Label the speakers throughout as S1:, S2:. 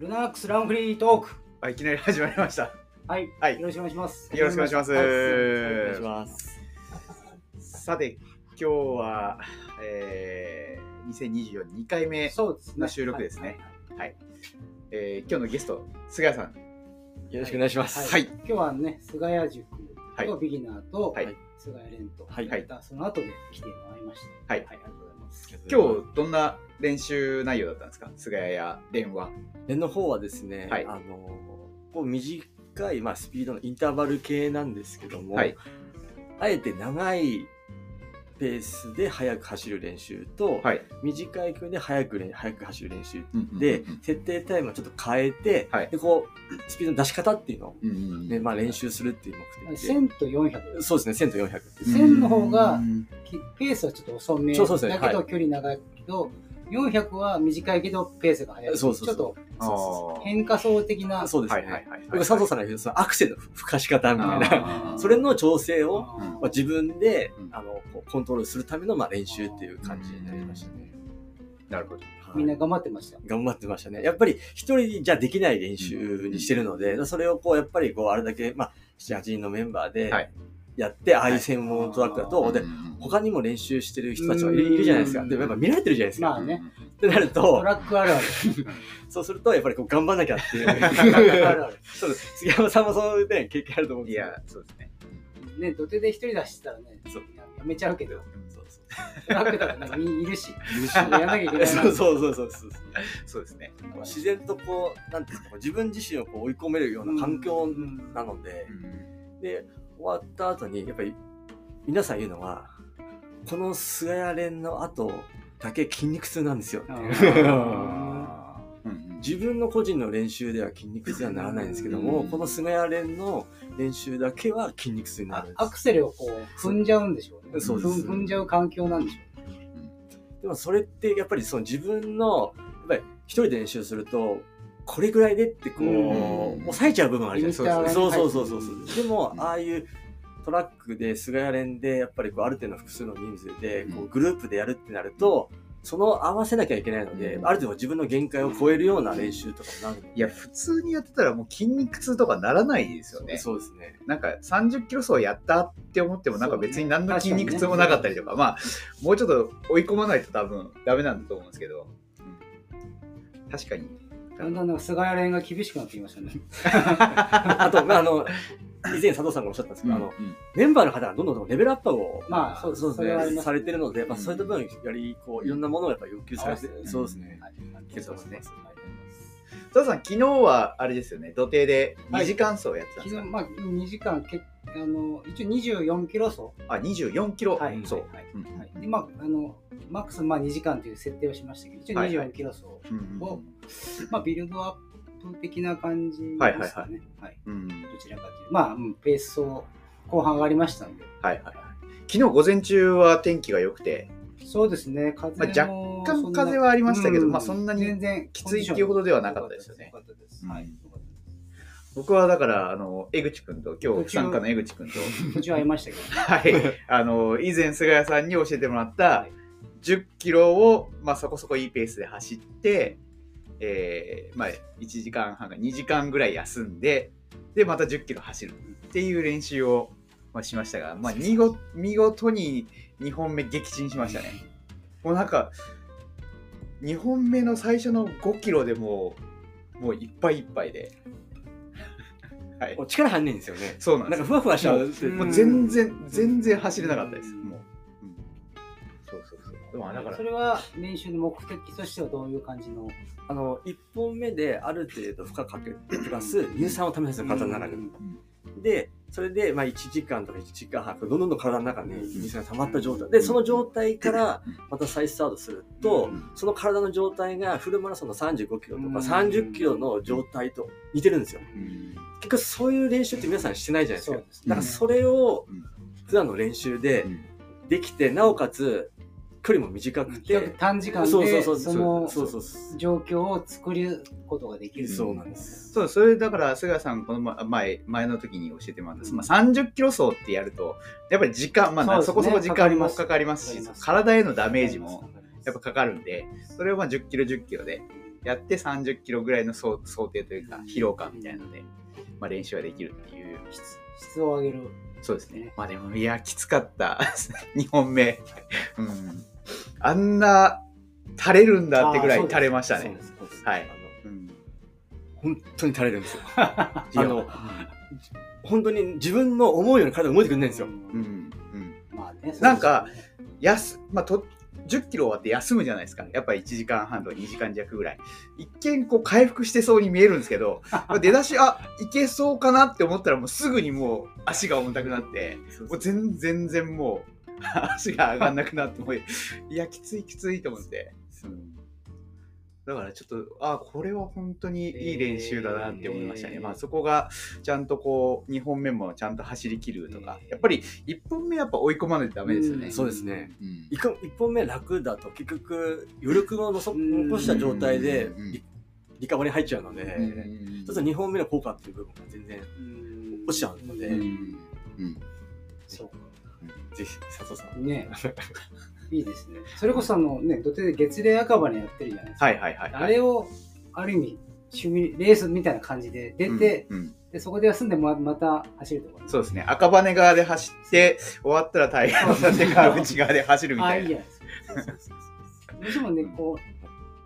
S1: ークスランフリートーク。
S2: あいきなり始まりました。
S1: はい、
S2: はい
S1: よろしくお願いします。
S2: よろしくお願いします。
S3: お願いします。
S2: さて、今日は、えー、2024年2回目、
S1: そうですね。
S2: の収録ですね
S1: はい
S2: えー、今日のゲスト、菅谷さん。
S3: よろしくお願いします。
S2: はい
S1: 今日はね、菅谷塾
S2: は
S1: とビギナーと、
S2: はい
S1: 菅谷蓮と、
S3: はい
S1: またその後で来てもらいました。
S2: はい
S1: ありがとうございます。
S2: 今日、どんな練習内容だったんですか菅谷や電話。
S3: 目の方はですね、
S2: はい
S3: あのこう短いまあスピードのインターバル系なんですけども、
S2: はい
S3: あえて長いペースで速く走る練習と、
S2: はい。
S3: 短い距離で速くれん速く走る練習
S2: うんうんうん
S3: で、設定タイムをちょっと変えて、
S2: はい
S3: でこうスピードの出し方っていうのを、
S2: うんうん
S3: ねまあ、練習するっていう目的で。
S1: 1000と400。
S3: そうですね、1000と400。
S1: 1000の方が
S2: うん
S1: きペースはちょっと遅め
S3: そうそうですね
S1: だけど、
S3: は
S1: 距離長いけど、400は短いけどペースが速い。
S3: そうそうそう
S1: ちょ
S2: あ
S1: っと
S2: ー
S1: 変化層的な。
S3: そうです
S2: は
S3: ね。
S2: いはいはい。
S3: 僕、佐藤さんが言うとそのアクセルの吹かし方みたいな、
S2: あー
S3: それの調整を
S1: あー
S3: まあ、自分で、
S2: うん
S3: あのこうコントロールするための、まあ、練習っていう感じになりましたね。
S2: なるほど。
S3: はい
S1: みんな頑張ってました。
S3: 頑張ってましたね。やっぱり一人じゃできない練習にしてるので、それをこうやっぱりこうあれだけ、まあ、7、8人のメンバーで
S2: はい
S3: やって、ああいう専門トラックだと、
S2: う
S3: で
S2: んうん
S3: 他にも練習してる人たちもいうる
S1: ん
S3: いるじゃないですか。でもやっぱ見られてるじゃないですか。
S1: まあね
S3: ってなる
S1: ト
S3: と、
S1: ラックあるある。
S3: そうするとやっぱりこう頑張んなきゃって いう。そうです杉山さんもそうね、経験あると思うん
S2: い
S3: ですけど。
S2: や、そうですね。
S1: ね、土手で一人出してたらね、
S3: そう
S1: ややめちゃうけど、
S3: そうそう
S1: 楽だからね、みいる し、や
S3: そ
S1: らなきゃいけないな。
S3: うそうそうそうそう。
S2: そうですね。
S3: 自然とこう、なんていうんですか、こう自分自身をこう追い込めるような環境なので
S2: う、ん
S3: で、終わった後に、やっぱり、皆さん言うのは、この菅谷連の後だけ筋肉痛なんですよっていう。
S2: あーうんうん
S3: 自分の個人の練習では筋肉痛にはならないんですけど
S2: う
S3: も、
S2: ん
S3: この菅谷連の練習だけは筋肉痛にな
S1: あ
S3: るんで
S1: アクセルをこう踏んじゃうんでしょうね。
S3: そう
S2: です
S1: 踏ん踏んじゃう環境なんでしょ
S3: す。でもそれってやっぱりその自分の、やっぱり一人で練習すると、これぐらいでってこ
S2: うん
S3: う、抑えちゃう部分があ
S1: う
S3: る
S1: ね。
S3: じゃないですか
S2: そうですね
S3: そうそうそうそうそう。でも
S2: う、ん
S3: ああいうトラックで、菅谷連で、やっぱりこうある程度の複数の人数で、こ
S2: う
S3: うグループでやるってなると、その合わせなきゃいけないので
S2: う、ん
S3: ある程度自分の限界を超えるような練習とかになるので
S2: いや、普通にやってたらもう筋肉痛とかならないですよね。
S3: そうですね。
S2: なんか30キロ走やったって思ってもなんか別に何の筋肉痛もなかったりとかまあもうちょっと追い込まないと多分ダメなんだと思うんですけど、うん確かに
S1: う。だんだんなんか菅谷連が厳しくなってきましたね。
S3: あと、まあ、あの、以前佐藤さんがおっしゃったんですけど、あの、メンバーの方がどんどんどんどんレベルアップを、
S1: まあそうです
S3: そうです
S1: それはあ
S3: ね
S1: ります
S3: されてるので、まあ、
S2: うん
S3: そういった分、より、こう、いろんなものをやっぱ要求されて
S1: 合わ、
S2: せ
S3: そうですね。
S1: はい。
S2: そうですね
S1: はい
S2: 佐藤さん昨日はあれですよね土手で2時間走やってたん
S1: 昨
S2: です
S1: 日、
S2: か、
S1: まあ、2時間け、あの、一応24キロ走。
S2: あ24キロ、
S1: はい。
S2: そう、
S1: はい。
S2: うん
S1: はい、で、まあ、あの、マックス、まあ、2時間という設定をしましたけど、一応
S2: はいはい
S1: 24キロ走。
S2: うん
S1: を、まあ、ビルドアップ的な感じですかね。
S2: は
S1: はいい
S2: はいはいうんうん
S1: どちらかというと。まあ、うんペースを後半上がりましたんで。
S2: はいはい昨日午前中は天気が良くて
S1: そうですね、風
S2: まあ若
S1: も
S2: 干
S1: そんな
S2: 風はありましたけど
S1: うん
S2: まあそんなに
S1: 全然
S2: きついっていうほどではなかったですよね
S1: かったです
S2: うん
S1: はい。よかった
S2: 僕はだからあの江口君と今日不参加の江口君と
S1: です途中会いましたけどね。
S2: はい、あの以前菅谷さんに教えてもらった
S1: はい
S2: 10キロを、まあ、そこそこいいペースで走って、えーまあ、1時間半か2時間ぐらい休んででまた10キロ走るっていう練習を、まあ、しましたが、まあ、見事見事に2本目撃沈しましたね。もうなんか2本目の最初の5キロでもうもういっぱいいっぱいで、はい
S3: も、う力入んないんですよね。
S2: そうなん
S3: な
S2: で
S3: ん
S2: す
S3: かふわふわしちゃうって。
S2: も
S1: ん
S2: う全然全然走れなかったです、
S1: うん
S2: もう、うんそうそうそうでもだから
S1: それは練習の目的としてはどういう感じの
S3: あの1本目である程度負荷かけてプラス乳酸を試すの体の中で、でそれでまあ1時間とか1時間半どんどんどん体の中に乳酸が溜まった状態でその状態からまた再スタートすると、
S2: うん
S3: その体の状態がフルマラソンの35キロと
S1: うん
S3: か30キロの状態と似てるんですよ
S2: うん
S3: 結局そういう練習って皆さんしてないじゃないですか
S1: そうですね
S3: だからそれを
S2: うん
S3: 普段の練習でできてなおかつ距離も短く
S1: 比較
S3: て
S1: 的短時間
S3: そうそ
S1: で
S3: うそう
S1: その
S3: そうそうそう
S1: 状況を作ることができる。
S3: そうなんです
S2: そうそれだから菅谷さんこの前前前の時に教えてもらった、まあ、30キロ走ってやるとやっぱり時間、まあそ
S1: そうですね
S2: こそこ時間もか
S1: か
S2: か
S1: か
S2: り
S1: り
S2: ま
S1: ますす
S2: し
S1: かかります
S2: 体へのダメージも
S1: わかります
S2: やっぱかかるんでそれをまあ10キロ10キロでやって30キロぐらいの想想定というか
S1: うん
S2: 疲労感みたいなので、まあ、練習はできるっていう
S1: 質質を上げる。
S2: そうですねまあでもいやきつかった2 本目、うん、あんな垂れるんだってぐらい垂れましたね
S3: そうです
S2: はい
S3: あの
S2: うん
S3: 本当に垂れるんですよ。
S1: あ
S3: あの、本当に自分の思うように体動いてくれないんですよ。
S2: うんうん
S1: まあね、
S2: なんかやすまあ、と10キロ終わって休むじゃないですかやっぱり1時間半とか2時間弱ぐらい一見こう回復してそうに見えるんですけ どまあ出だしあいけそうかなって思ったらもうすぐにもう足が重たくなってもう全全然もう足が上がんなくなってもういやきついきついと思って、うんだからちょっとあこれは本当にいい練習だなって思いましたね、
S1: えー
S2: まあ、そこがちゃんとこう2本目もちゃんと走り切るとか、
S1: えー
S2: やっぱり1本目やっぱ追い込まないとダメですよ
S1: う
S2: ね、
S1: ん
S3: そうですね。
S2: うん
S3: 一個一本目楽だと結局余力をのそ
S1: うん
S3: 残した状態で
S2: うん
S3: リリカバリー入っちゃうので、
S2: うん
S3: ちょっと2本目の効果っていう部分が全然
S1: うん、
S3: 落ちちゃうので
S2: うんうん
S1: そうか
S3: ぜひ佐藤さん
S1: ね いいですね。それこそあのね、土手で月齢赤羽やってるじゃないですか。
S2: はいはいはい。
S1: あれを、ある意味、趣味、レースみたいな感じで出て、
S2: うんうん
S1: でそこで休んでままた走るとか、ね、
S2: そうですね。赤羽側で走って、終わったら大変だって川口側で走るみ
S1: ああ、
S2: た
S1: いい
S2: い
S1: じ
S2: な。
S1: ゃないですか。 どうしてもね、こ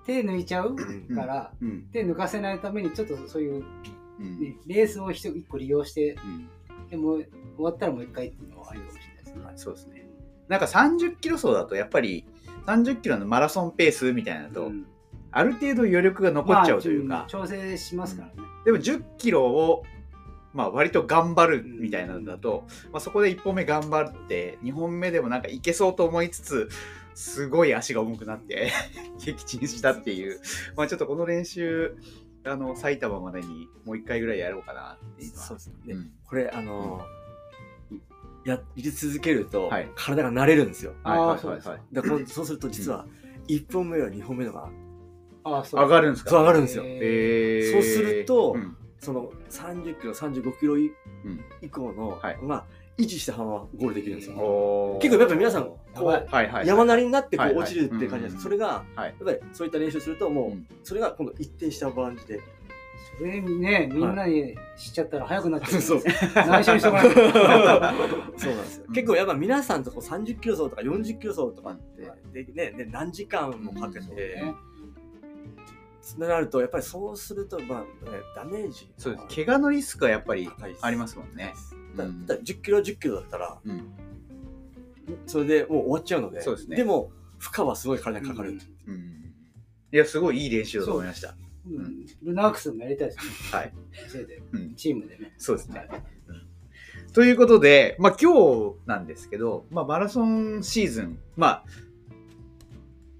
S1: う、手抜いちゃうから、
S2: うん
S1: 手抜かせないために、ちょっとそういう、
S2: う
S1: ね
S2: ん、
S1: レースを一一個利用して、
S2: うん
S1: でも終わったらもう一回っていうのはありかもしれないですね。
S2: そうですね。なんか30キロ走だと、やっぱり30キロのマラソンペースみたいなのと、
S1: ん
S2: ある程度余力が残っちゃうという
S1: まあ
S2: か、
S1: 調整しますからね。
S2: でも10キロを、まあ、割と頑張るみたいなのだと、まあ、そこで1本目頑張って2本目でもなんかいけそうと思いつつすごい足が重くなって 撃沈したっていう、まあ、ちょっとこの練習あの埼玉までにもう1回ぐらいやろうかなっていうのは
S3: そうです
S2: う
S3: ね
S2: ん
S3: これあのーやり続けると
S2: はい
S3: 体が慣れるんですよ、
S2: はいはい
S1: そう
S2: はい
S1: で
S2: はい
S3: だからこうそうすると実は1本目より2本目のが
S1: ああ、そ
S2: 上がるんです
S3: そう
S2: か
S3: 上がるんですよ
S1: え
S2: えー
S3: そうすると
S2: うん
S3: その30キロ35キロい
S2: うん
S3: 以降の、
S2: はい
S3: まあ維持したままゴールできるんですよ、
S2: おー
S3: 結構やっぱ皆さんこう
S1: やばい
S2: はいはい
S3: 山なりになってこ
S2: はいうはい
S3: 落ちるっていう感じなんです、
S2: うんうん
S3: それが、
S2: はい
S3: やっぱりそういった練習するともう、
S2: うん
S3: それが今度一定した感じ
S1: ー
S3: で
S1: それね、みんなに知っちゃったら早くなっちゃう、ね。
S3: そう
S1: 内緒にしとかない
S3: そう
S1: と。
S3: なんですよ、
S2: うん
S3: 結構やっぱ皆さんとこう30キロ走とか40キロ走とかって、でねで何時間もかけて、
S2: うん
S3: そうなるとやっぱりそうするとまあねダメージ
S2: そうです怪我のリスクはやっぱり
S3: 高いです
S2: ありますもんね
S3: だ
S2: うん
S3: だ10キロ10キロだったら、
S2: うん
S3: それでもう終わっちゃうので
S2: そうですね
S3: も負荷はすごい体にかか
S1: う
S3: る、
S1: ん
S2: うんいやすごいいい練習だと思いました
S1: うんルナークスもやりたいですね。
S2: はい
S1: せいで
S2: うん
S1: チームでね。
S2: そうです
S1: は
S2: ね
S1: い。
S2: ということで、まあ、今日なんですけど、まあ、マラソンシーズン、まあ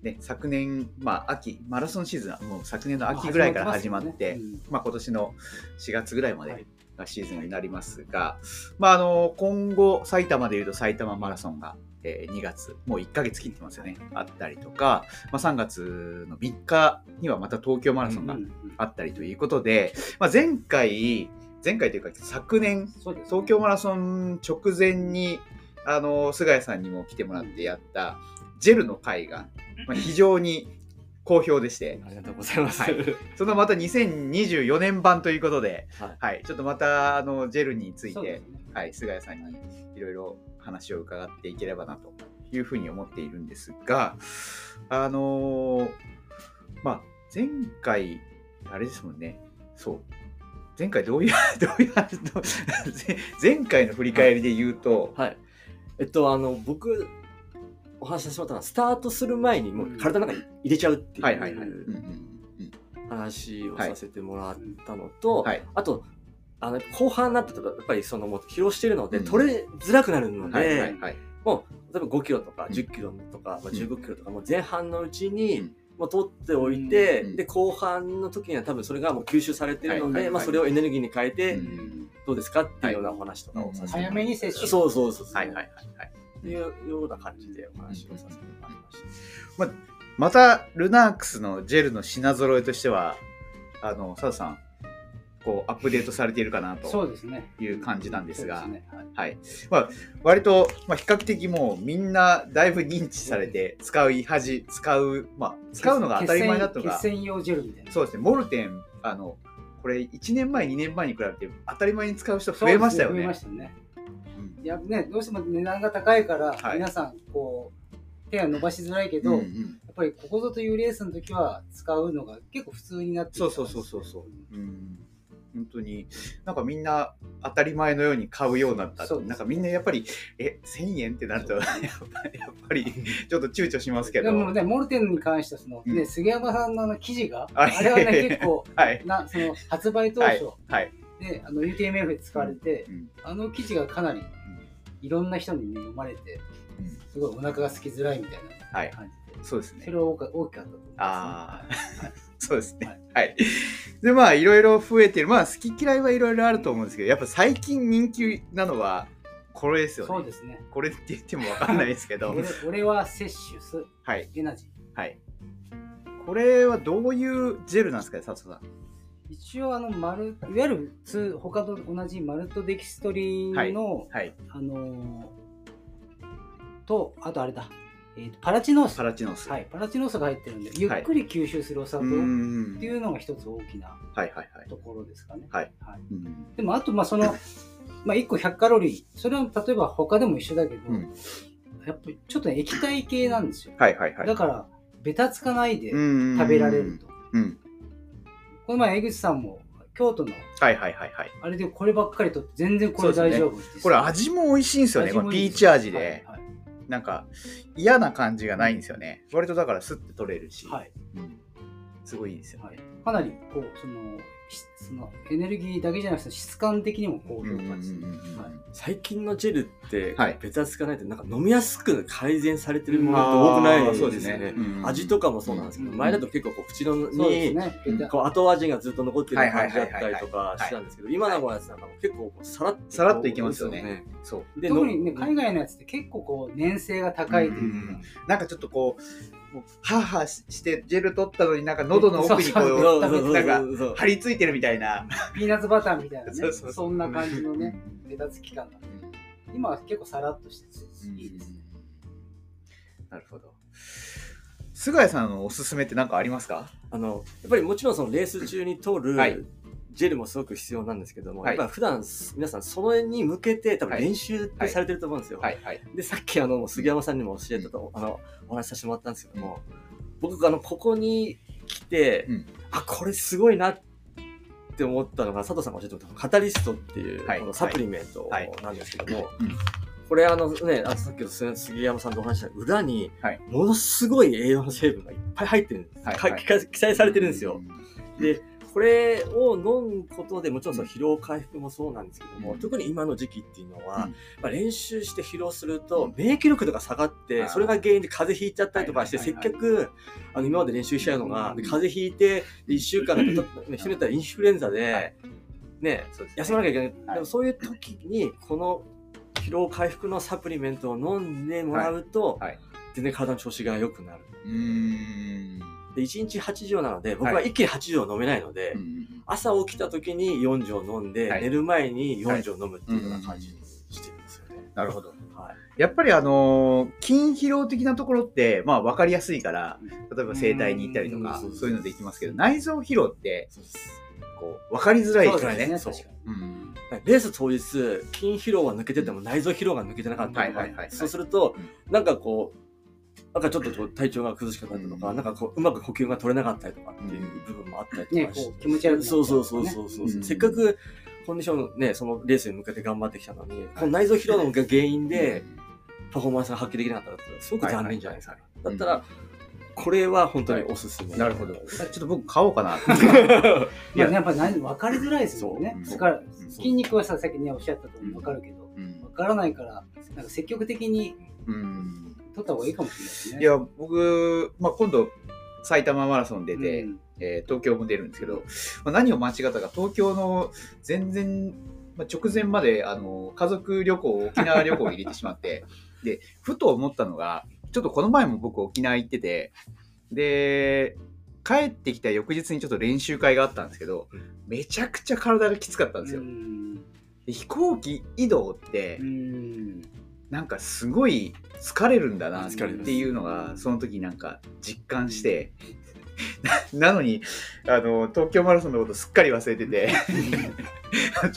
S2: ね、昨年、まあ、秋マラソンシーズンはもう昨年の秋ぐらいから始まってまあ、今年の4月ぐらいま
S1: は
S2: で
S1: い
S2: がシーズンになりますが、まあ、あの今後埼玉でいうと埼玉マラソンが、えー2月もう1ヶ月切ってますよねあったりとか、まあ、3月の3日にはまた東京マラソン
S1: うん
S2: が
S1: うん
S2: あったりということで、まあ、前回前回というか昨年
S1: そうですね
S2: 東京マラソン直前にあの菅谷さんにも来てもらってやったジェルの会が、まあ、非常に好評でして
S3: ありがとうございます、
S2: はいそのまた2024年版ということで、
S3: はい
S2: はい、ちょっとまたあのジェルについ
S1: そうで
S2: て
S1: す、ね
S2: はい、菅谷さんにいろいろ話を伺っていければなというふうに思っているんですがあのーまあ前回あれですもんねそう前回どういう どういう話どう 前回の振り返りで言うと、
S3: はい。えっと、あの、僕、お話しさせてもらったのは、スタートする前にもう体の中に入れちゃうって
S2: はいはいはい、うん
S3: いう話をさせてもらったの
S2: う
S3: と
S2: ん、はい
S3: あと、あの後半になってたら、やっぱりそのもう疲労してるので、
S2: うん
S3: 取れづらくなるの
S2: はいはい
S3: で、
S2: はい
S3: もう、例えば5キロとか
S2: うん
S3: 10キロとか、まあ
S2: うん
S3: 15キロとか、もう前半のうち
S2: う
S3: に
S2: ん、
S3: もう取っておいて、
S2: うん
S3: で、後半の時には多分それがもう吸収されてる
S2: はい
S3: の
S2: はいは
S3: で、
S2: い
S3: まあそれをエネルギーに変え
S2: う
S3: て、
S2: ん
S3: どうですかっていうようなお話とかをさせても
S1: 早
S3: らっ
S1: めに接種。
S3: そうそうそうそう。
S2: はいはいはいはい
S3: っていうような感じでお話をさせてもらいました。
S2: またルナークスのジェルの品揃えとしてはあの佐藤さんこうアップデートされているかなと
S1: そうですね。
S2: いう感じなんですが
S1: そうねはい
S2: はいまあ、割と、まあ、比較的もうみんなだいぶ認知されて使い恥使う、まあ、使うのが当たり前だったのが
S1: 血栓用ジェルみたいな。
S2: そうですねモルテンあのこれ1年前2年前に比べて当たり前に使う人増えましたよ
S1: 増えま
S2: ね
S1: したね。
S2: うん
S1: いやね、どうしても値段が高いから、
S2: はい
S1: 皆さんこう手は伸ばしづらいけ
S2: う
S1: ど、
S2: んう
S1: や
S2: ん
S1: っぱりここぞというレースの時は使うのが結構普通になってきた
S2: そうそうそうそうそううん本当になんかみんな当たり前のように買うようになった
S1: そうです
S2: なんかみんなやっぱりえ1000円ってなると やっぱりやっぱりちょっと躊躇しますけ
S1: で
S2: ど
S1: もね、モルテンに関してはその、
S2: うん
S1: ね、杉山さんのあの記事が、
S2: あ
S1: あれはね、
S2: いや
S1: 結構
S2: はい
S1: な、その発売当
S2: はい
S1: 初、
S2: はい、
S1: ね、あの UTMF で使われて、
S2: うん
S1: あの記事がかなりいろんな人に、ね、読まれて、
S2: うん
S1: すごいお腹が空きづらいみたいな
S2: はい
S1: 感じで、
S2: そうですね
S1: それは大か大きかったと思います、ね。
S2: ああ、 そうですね。はい。で、まあ、いろいろ増えてる。まあ、好き嫌いはいろいろあると思うんですけど、やっぱ最近人気なのは、これですよね。
S1: そうですね。
S2: これって言ってもわかんないですけど、
S1: 俺俺は摂取す
S2: はい。
S1: エナジー。
S2: はい。これはどういうジェルなんですかね、佐藤さん。
S1: 一応あのマル、いわゆる通他と同じマルトデキストリンの、
S2: はい。
S1: あのーと、あとあれだ、えーとパラチノース
S2: パ。ラチノス。。
S1: はいい、パラチノースが入ってるんで、ゆっくり吸収するお砂
S2: う
S1: 糖
S2: ー
S1: っ
S2: ん。
S1: ていうのが一つ大きな
S2: はいはいはい。
S1: ところですかね。
S2: はいうん
S1: でもあと、まあその、まあ、1個100カロリー、それは例えば他でも一緒だけど、
S2: うん
S1: やっぱりちょっとね液体系なんですよ。
S2: はいはいはい。
S1: だから、べたつかないで
S2: 食
S1: 食べられる。と。
S2: うん。
S1: この前、江口さんも京都の
S2: はいはいはいはい。
S1: あれでこればっかりとって全然これ大丈夫って、
S2: これ味も美味しいんですよね。このピーチ味で。
S1: はい
S2: なんか嫌な感じがないんですよね。割とだからスッて取れるし、
S1: はい
S2: うんすごいいいですよね。
S1: はいはいかなりこうそのしそのエネルギーだけじゃなくて質感的にもこう評価して
S2: うんうんうんうん
S1: はい
S3: 最近のジェルって
S2: はい
S3: ベタつかないとなんか飲みやすく改善されてるものって多くないです
S2: そ
S3: よ
S2: う
S3: ね
S2: ですね。うん
S3: 味とかもそうなんですけど、
S1: うん
S3: 前だと結構こう口の
S1: そうです
S3: に、
S1: ねベタ
S3: こう後味がずっと残ってる感じだっ
S2: はい
S3: た
S2: はい
S3: り
S2: はい
S3: と
S2: は
S3: か
S2: い
S3: したんですけど、今のやつなんかも結構こうさらっと
S2: さらっといけますよね
S3: そうで
S2: そう。
S3: で
S1: 特にね海
S3: 外
S1: 外のやつって結構こう粘性が高いというか、
S2: うんなんかちょっとこう、もうハーハーしてジェル取ったのになんか喉の奥にこ
S1: そうう
S3: そうそうそう
S2: なんか
S3: そう
S2: 張り付いてるみたいな。
S1: ピーナッツバターみたいなね
S2: そうそうそう
S1: そんな感じのねベタつき感が今は結構さらっとしてていいですね、
S2: なるほど。菅谷さんのおすすめって何かありますか
S3: あのやっぱりもちろんそのレース中に取
S2: はい
S3: るジェルもすごく必要なんですけども、
S2: はい
S3: やっぱ普段皆さんそれに向けて多分
S2: はい
S3: 練習ってされてると思うんですよ、
S2: はいはい。
S3: でさっきあの杉山さんにも教えたと、あのお話しさせてもらったんですけども僕あのここに来て、
S2: うん
S3: あこれすごいなって思ったのが佐藤さんが教えてもらったカタリストっていう、
S2: はい
S3: このサプリメント
S2: はい
S3: なんですけども、
S2: うん
S3: これあのねあさっきの杉山さんとお話しした裏に、
S2: はい
S3: ものすごい栄養の成分がいっぱい入ってるんです、
S2: はい
S3: か
S2: はい
S3: か記載されてるんですよ、これを飲むことでもちろんその疲労回復もそうなんですけども、
S2: うん
S3: 特に今の時期っていうのは、
S2: うん
S3: まあ、練習して疲労すると、
S2: うん
S3: 免疫力とか下がって、
S2: あー
S3: それが原因で風邪ひいちゃったりとかして、
S1: はいはい
S3: 接
S1: はいはい
S3: 客あの今まで練習してたのが、
S2: うん
S3: で風邪ひいてで1週間だと人によってはインフルエンザで、
S2: はい
S3: ね
S2: そうですね
S3: 休まなきゃいけない、
S2: はい
S3: でもそういう時にこの疲労回復のサプリメントを飲んでもらうと、
S2: はいはい
S3: 全然体の調子が良くなる。
S2: うーん。
S3: で1日8錠なので僕
S2: は
S3: はい一気に8錠飲めないので、
S2: うん
S3: 朝起きた時に4錠飲んで、
S2: はい
S3: 寝る前に4錠飲むっていうような感じにしてるんですよね。
S2: なるほど。
S3: はい
S2: やっぱりあのー筋疲労的なところって、まあ分かりやすいから、例えば整体に行ったりとか
S3: う、ん
S2: そういうので行きますけど、内臓疲労って、
S3: そうです
S2: こう、分かりづらいです
S1: そう
S2: よ
S1: で
S2: ね。
S1: すね
S3: そう
S1: 確かに
S2: うん
S3: レース当日筋疲労は抜けてても内臓疲労が抜けてなかったとか、
S2: はいはいはいはい
S3: そうすると、なんかこうなんかちょっとこう体調が崩しかったりとか、
S2: うん
S3: なんかこううまく呼吸が取れなかったりとかっていう部分もあったりと
S1: ね
S3: かして、
S1: こう気持ち悪くなっちゃ
S3: そううそうそうそうそう、
S2: うん
S3: せっかくコンディションねそのレースに向けて頑張ってきたのに、この内臓疲労の原因で、パフォーマンスが発揮できなかったらすごく残念じゃないですか、
S2: は
S3: だったら、これは本当におすすめ、
S2: なる ほど。ちょ
S3: そ
S2: っと僕買おうかな。い
S1: ま
S2: や
S1: あね、やっぱ何分かりづらいですもんね。
S2: そ
S1: だ
S2: う
S1: から
S2: ん
S1: 筋肉はさ、さっきね、おっしゃったとおり分かるけど、
S2: うん
S1: 分からないから、なんか積極的に
S2: うん
S1: 取った方がいいかもしれないですね。
S2: いや、僕、まあ今度、埼玉マラソン出て、
S1: うん
S2: えー東京も出るんですけど、まあ、何を間違ったか、東京の前々、まあ、直前まであの家族旅行、沖縄旅行を入れてしまって、で、ふと思ったのが、ちょっとこの前も僕沖縄行ってて、で、帰ってきた翌日にちょっと練習会があったんですけど
S3: うん、
S2: めちゃくちゃ体がきつかったんですよ。
S1: ん
S2: で飛行機移動って
S1: う、ん
S2: なんかすごい疲れるんだなっ
S3: 疲れます
S2: ていうのがその時なんか実感して ななのにあの東京マラソンのことすっかり忘れてて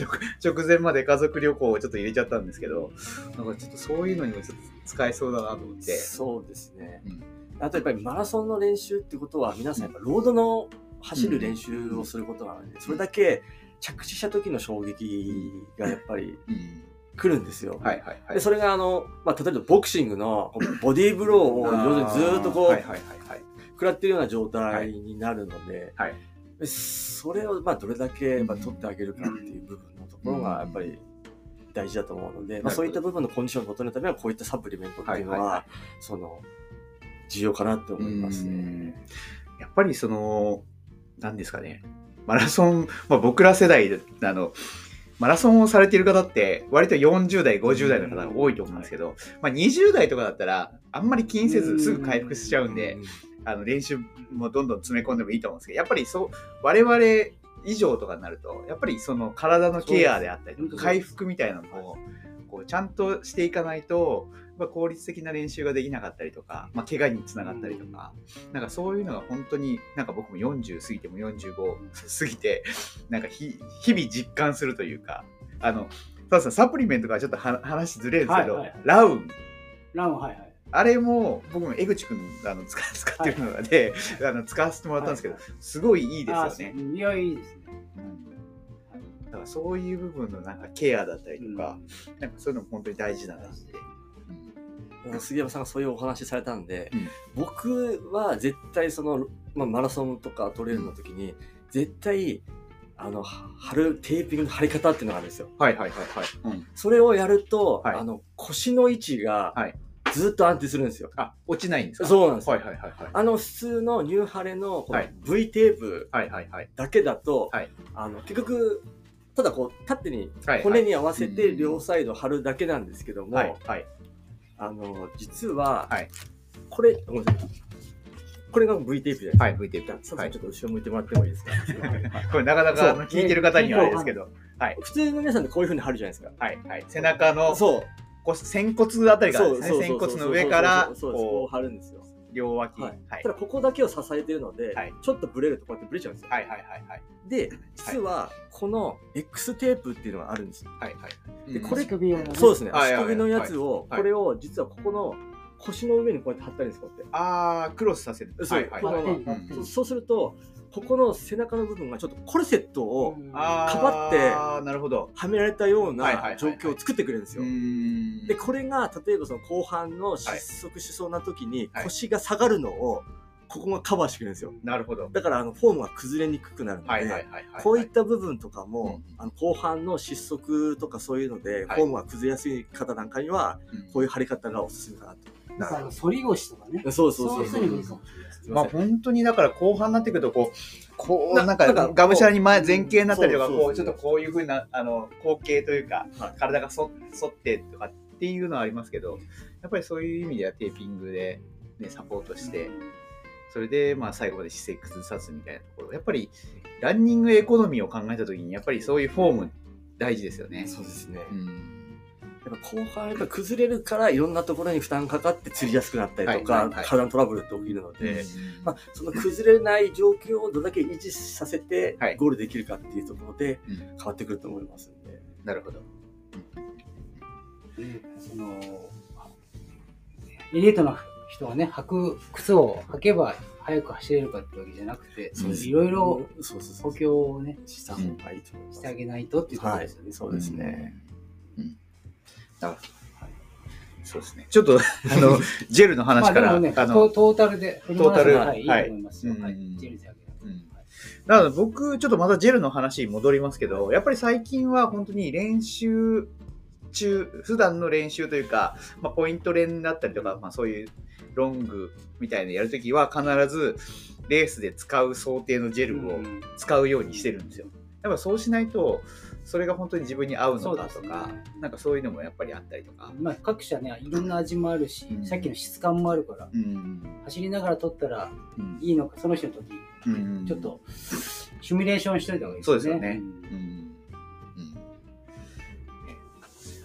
S2: 直直前まで家族旅行をちょっと入れちゃったんですけどなんかちょっとそういうのにもちょっと使えそうだなと思って
S3: そうですね、
S2: うん
S3: あとやっぱりマラソンの練習ってことは皆さんやっぱロードの走る練習をすることなので、それだけ着地した時の衝撃がやっぱり
S2: うん
S3: 来るんですよ。
S2: はいはいはい
S3: でそれがあの、まあ、例えばボクシングのこうボディーブローを要するにずーっとこ
S2: あー
S3: う、
S2: はいはいはいはい
S3: 食らってるような状態になるので、
S2: はい
S3: でそれをまあどれだけまあ取ってあげるかっていう部分のところがやっぱり大事だと思うので、
S2: ん
S3: まあ、そういった部分のコンディションを整えるためにはこういったサプリメントっていうのは、
S2: はいはいは
S3: その重要かなって思います
S2: う
S3: ね
S2: ん。やっぱりその、なんですかね、マラソン、まあ、僕ら世代で、あの、マラソンをされている方って、割と40代、50代の方が多いと思うんですけど、まあ、20代とかだったら、あんまり気にせずすぐ回復しちゃうんで、あの練習もどんどん詰め込んでもいいと思うんですけど、やっぱりそう、我々以上とかになると、やっぱりその体のケアであったり
S1: そうで、す
S2: 回復みたいなのも、こうちゃんとしていかないと、まあ、効率的な練習ができなかったりとか、まあ、怪我につながったりとか、なんかそういうのが本当になんか僕も40過ぎても45過ぎて、なんかひ日々実感するというか、あの、たださん、サプリメントからちょっとは話ずれるんですけど、
S1: はいはいはい
S2: ラウン
S1: ランははいはい
S2: あれも僕も江口くんあの使 使ってるので、あの使わせてもらったんですけど、
S1: はい
S2: すごいいいです
S1: あ
S2: よ
S1: ーそう
S2: ね。
S1: いやいいですね
S2: うんだからそういう部分のなんかケアだったりとか、なんかそういうのも本当に大事だなって。
S3: うん杉山さんがそういうお話しされたんで、
S2: うん
S3: 僕は絶対その、まあ、マラソンとかトレイルの時に絶対あの貼るテーピングの貼り方っていうのがあるんですよ。
S2: はいはいはいはい。うん、
S3: それをやると、
S2: はい
S3: あの腰の位置が
S2: はい
S3: ずっと安定するんですよ。
S2: あ落ちないんですか
S3: そうなんですよ。
S2: はいはいはいはい。
S3: あの普通のニューハレのこの
S2: はい
S3: V テープ
S2: はいはいはい。
S3: だけだと、
S2: はい
S3: あの結局ただこう縦に
S2: はいはい
S3: 骨に合わせ
S2: う
S3: て
S2: ん
S3: 両サイド貼るだけなんですけども、
S2: はいはい。
S3: あの実は、
S2: はい
S3: これごめんなさいこれが V テープじゃないですか。
S2: はい、向いてる。
S3: じゃあ佐
S2: は
S3: 々
S2: い
S3: 木さんちょっと後ろ向いてもらってもいいですか
S2: これなかな
S3: そう
S2: かあの聞いてる方にはあれですけど、
S3: 普通の皆さんってこういうふうに貼るじゃないですか。
S2: はいはい。背中の
S3: そう。
S2: こう仙骨あたりが
S3: そ
S2: で
S3: う
S2: す
S3: そう
S2: ね、
S3: そ
S2: 仙
S3: うそう
S2: 骨の上から
S3: そうですこ
S2: こ
S3: う貼るんですよ。
S2: う両脇。
S3: は
S2: はいい
S3: ただここだけを支えてるので、
S2: はい
S3: ちょっとブレるとこうやってブレちゃうんですよ。
S2: はいはいはいはい。
S3: で、実はこの X テープっていうのがあるんですよ。
S2: はいはい。
S3: で
S2: うん
S3: これ
S1: 足首をね
S3: そうですね。
S2: はい
S3: 足
S2: はいはい
S3: 首のやつを、
S2: はい
S3: これを実はここの腰の上にこうやって貼ったりですこうやって。
S2: あー、クロスさせる。
S3: そう
S2: はいはい
S3: こ
S2: は
S3: の
S2: い。
S1: バ
S3: ま
S1: ッ
S3: ま
S1: テンバッテ
S3: そ
S1: ン
S3: うそうすると、ここの背中の部分がちょっとコルセットを
S1: うん
S2: あー
S3: かばって
S2: なるほど。
S3: はめられたよう
S2: はいはいはい
S3: な
S2: はい
S3: 状況を作ってくれるんですよ。で、
S2: で
S3: これが例えばその後半の失速しそうな時に
S2: はい
S3: 腰が下がるのを、ここがカバーしてくれるんですよ。
S2: なるほど。
S3: だからあのフォームが崩れにくくなるので、
S2: はいはいはいはい。
S3: こういった部分とかも、
S2: うん
S3: あの後半の失速とかそういうので、
S2: はい
S3: フォームが崩れやすい方なんかには、こういう
S2: う
S3: 張り方がおすすめかなと。
S1: なんかあの反り腰とかね
S3: るそうそう
S1: そ
S3: そうう
S1: いう人にもいい
S3: そう。
S1: かもしれないです
S2: ん。まあ本当にだから後半になってくるとこう、こ
S3: な
S2: うなんか
S3: なんか
S2: がむしゃらに前前傾になったりとか、
S3: そう
S2: こ
S3: そう
S2: うちょっとこういうふうなあの後傾というか
S3: はい、
S2: 体がそ反ってとかっていうのはありますけど、やっぱりそういう意味ではテーピングでねサポートして
S1: う、ん
S2: それでまあ最後まで姿勢崩さずみたいなところ、やっぱりランニングエコノミーを考えたときにやっぱりそういうフォーム大事ですよね。
S3: そうですね。や
S2: うん
S3: っぱ後半やっぱ崩れるからいろんなところに負担かかって釣りやすくなったりとか、
S2: はいはいはい
S3: 体のトラブルって起きるので、
S2: で、
S3: まあ、その崩れない状況をどれだけ維持させて
S2: はい
S3: ゴールできるかっていうところで
S2: うん
S3: 変わってくると思いますんで。
S2: なるほど。
S1: ねそのエリートの人はね履く靴を履けば速く走れるかってわけじゃなくて
S2: そうです
S1: いろいろ、
S3: そうそうそう
S1: 補。強をね
S3: した方がいいと思います。
S1: してあげないとっていうこと
S3: は
S1: で
S3: い
S1: すよね、、
S3: そうですね。
S2: うん。なるほど。そうですね。ちょっと、あの、ジェルの
S1: ま
S2: 話
S1: あで
S2: から、
S1: もね
S2: あ
S1: ト
S2: の、
S1: トータルでフルマラソンならいいと
S2: はい
S1: 思いますよ
S2: はい
S1: はい
S2: うん
S1: ジェルであげなくても
S2: うん
S1: はい
S2: なので僕、ちょっとまたジェルの話に戻りますけど、やっぱり最近は本当に練習中、普段の練習というか、まあ、ポイント練だったりとか、まあ、そういうロングみたいなのやるときは必ずレースで使う想定のジェルを
S1: うん
S2: 使うようにしてるんですよ。やっぱそうしないと、それが本当に自分に合うのかと
S1: そうですね
S2: か、なんかそういうのもやっぱりあったりとか。
S1: まあ、各社ねいろんな味もあるし、
S2: うん
S1: さっきの質感もあるから
S2: うん
S1: 走りながら撮ったら
S2: うん
S1: いいのかその人の時、
S2: うん
S1: ちょっとシミュレーションしといた方がいいです
S2: そう
S1: ね
S2: ですよね。うんうん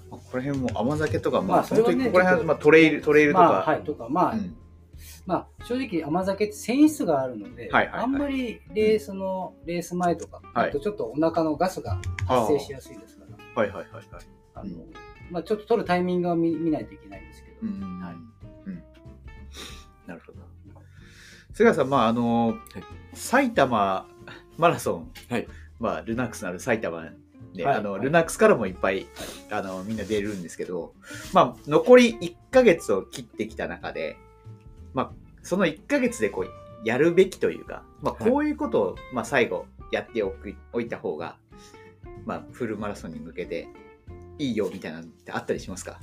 S2: まあこの辺も甘酒とか、ま
S1: ま
S2: あ、
S1: あそれは
S2: 本当
S1: ね
S2: にここら辺は、まあ、トレイル、トレイルとか。
S1: まあはいとかまあ、
S2: うん
S1: まあ正直甘酒って繊維質があるので、
S2: はいはいはい
S1: あんまりレースの、レース前とか、
S2: はい
S1: あとちょっとお腹のガスが発生しやすいですから
S2: はいはいはいはい。
S1: あ
S2: う
S1: の、
S2: ん
S1: まあ、ちょっと取るタイミングは見見ないといけないんですけど、
S2: うん
S1: はい
S2: うんなるほど。菅谷さん、まああの埼玉 マラソン、
S3: はい
S2: まあ、ルナックスのある埼玉で、
S1: はい
S2: あの
S1: はい
S2: ルナックスからもいっぱい、あのみんな出るんですけど、まあ、残り1ヶ月を切ってきた中で、まあ、その1ヶ月でこうやるべきというか、まあ、
S3: はい
S2: こういうことを、まあ、最後やっておくおいた方が、まあ、フルマラソンに向けていいよみたいなのってあったりしますか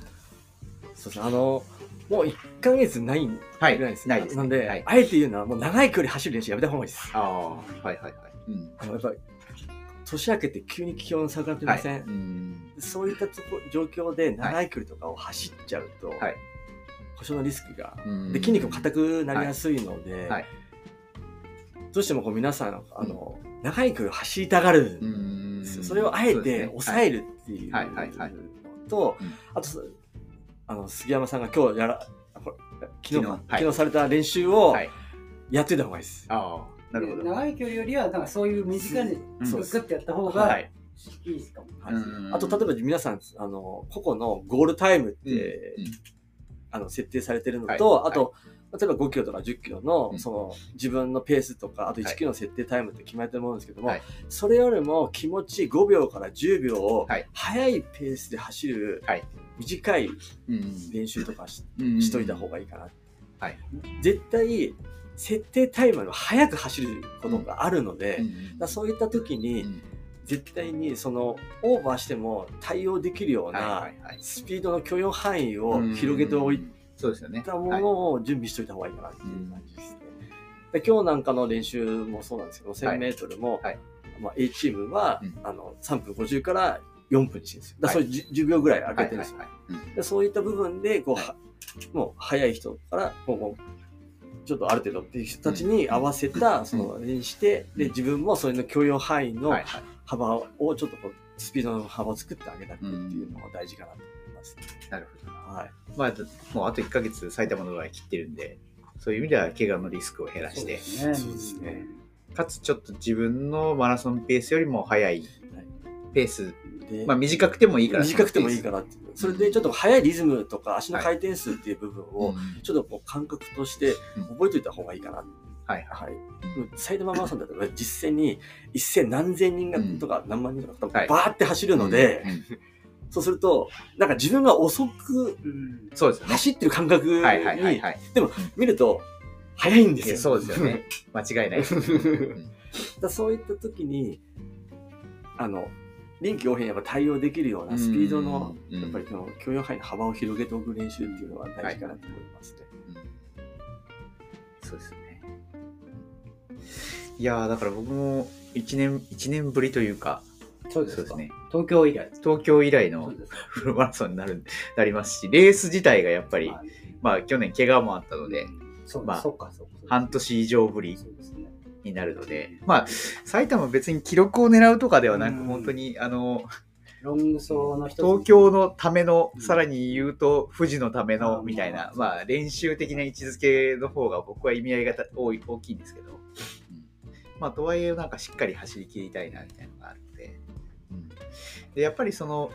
S3: そうですねあのもう1ヶ月ないぐ
S2: は
S3: ら
S2: い、
S3: いです、
S2: ないです、ね。
S3: なんで、
S2: はい、
S3: あえて言うのはもう長い距離走る練習やめた方がいいです
S2: ああ、はいはいはい。うん。
S3: あのやっぱり年明けて急に気温下がってません、
S2: はいうん
S3: そういったとこ状況で長い距離とかを走っちゃうと、
S2: はい
S3: 故障のリスクが、
S2: うん
S3: で筋肉も硬くなりやすいので、
S2: はい
S3: どうしてもこう皆さんあの、長い距離を走りたがる
S2: うんん
S3: ですよ、それをあえ
S2: そうですね
S3: て抑えるっていうの
S2: はいはいはいはい
S3: と
S2: うん
S3: あとそあの杉山さんが今日やらこれ
S2: 昨
S3: 昨日か
S2: 日はい
S3: 昨日された練習
S2: はい
S3: を
S2: はい
S3: やっといた方がいいです。
S2: ああ、なるほど。
S1: で長い距離よりはなんかそういう短い
S2: うん
S1: そうグッてやった方
S2: は
S1: が
S2: い。
S1: いいですかも、
S3: はい
S2: うん
S3: あと例えば皆さんあの個々のゴールタイムって、
S2: うん
S3: あの設定されてるのと、
S2: はい
S3: あと、例えば5キロとか10キロの,、
S2: うん
S3: その自分のペースとかあと
S2: はい
S3: 1キロの設定タイムって決まってるものですけども、
S2: はい
S3: それよりも気持ち5秒から10秒を
S2: はい
S3: 速いペースで走る
S2: はい
S3: 短い
S2: うん
S3: 練習とかし,、
S2: うん
S3: といた方がいいかな、
S2: はい
S3: 絶対設定タイムよりも速く走ることがあるので、
S2: うん
S3: だからそういった時に、
S2: うん
S3: 絶対にそのオーバーしても対応できるような、
S2: はいはいはい
S3: スピードの許容範囲を広げておい
S2: うんそうですよね。
S3: ったも
S2: はい
S3: のを準備しといた方がいいかなっていう感じですね。で今日なんかの練習もそうなんですけど、1000メートルも、
S2: はい
S3: まあ、A チームは、
S2: うん
S3: あの3分50から4分にしてるんですよ。だから
S2: は
S3: それ 10, 10秒ぐらい上げてるんですよ。
S2: はいはいはいうん
S3: でそういった部分でこう、はもう早い人からこうこうちょっとある程度っていう人たちに合わせた、その練習して、で自分もそれの許容範囲の
S2: はいはい
S3: 幅をちょっとこうスピードの幅を作ってあげたくっていうのも大事かなと思います、ね
S2: なるほど。
S3: はい。
S2: まあ、もうあと1ヶ月埼玉の場合切ってるんで、そういう意味では怪我のリスクを減らして、
S1: すね
S3: そうですね
S2: かつちょっと自分のマラソンペースよりも速い
S3: はい
S2: ペース、
S3: で
S2: まあ短くてもいいから。。
S3: 短くてもいいかららっていうそれでちょっと速いリズムとか足の回転数っていう部分
S2: うん
S3: をちょっとこう感覚として覚えておいた方がいいかな。
S2: はい
S3: はい。埼玉マラソンだったら実践に一千何千人が
S2: うん
S3: とか何万人とか多
S2: は
S3: 分
S2: い
S3: バーって走るので、
S2: うんうん
S3: そうするとなんか自分が遅く
S1: うん
S2: そうですよね。
S3: 走ってる感覚に
S2: はいはいはいはい。
S3: 見ると速いんで
S2: い
S3: す
S2: や
S3: よ。
S2: そうですよね。間違いない。
S3: だからそういった時に、あの、臨機応変にやっぱ対応できるようなスピードの、
S2: うん
S3: やっぱりその許容範囲の幅を広げておく練習っていうのは大事かなと思いますね。
S2: そうですね。いやーだから僕も1年、1年ぶりというか、
S1: そうです
S2: そうです
S1: か
S2: ね。
S1: 東京以来
S2: 東京以来
S1: そ
S2: の
S1: うですか
S2: フルマラソンになる、なりますし、レース自体がやっぱり
S1: ま、あ
S2: まあ去年怪我もあったので、
S1: そう
S2: まあ
S1: そうかそうか
S2: 半年以上ぶり
S1: そうですね
S2: になるので、まあ埼玉別に記録を狙うとかではなく、
S1: うん
S2: 本当にあの、
S1: ロング走の人
S2: 東京
S1: の
S2: のための、
S1: うん
S2: さらに言うと富士のため
S1: あ
S2: の
S1: ー
S2: みたいな
S1: ま、あ
S2: まあ練習的な位置づけの方が僕は意味合いがた多い大きいんですけど、うんまあとはいえなんかしっかり走り切りたいなみたいなのがあるので、うんでやっぱりその、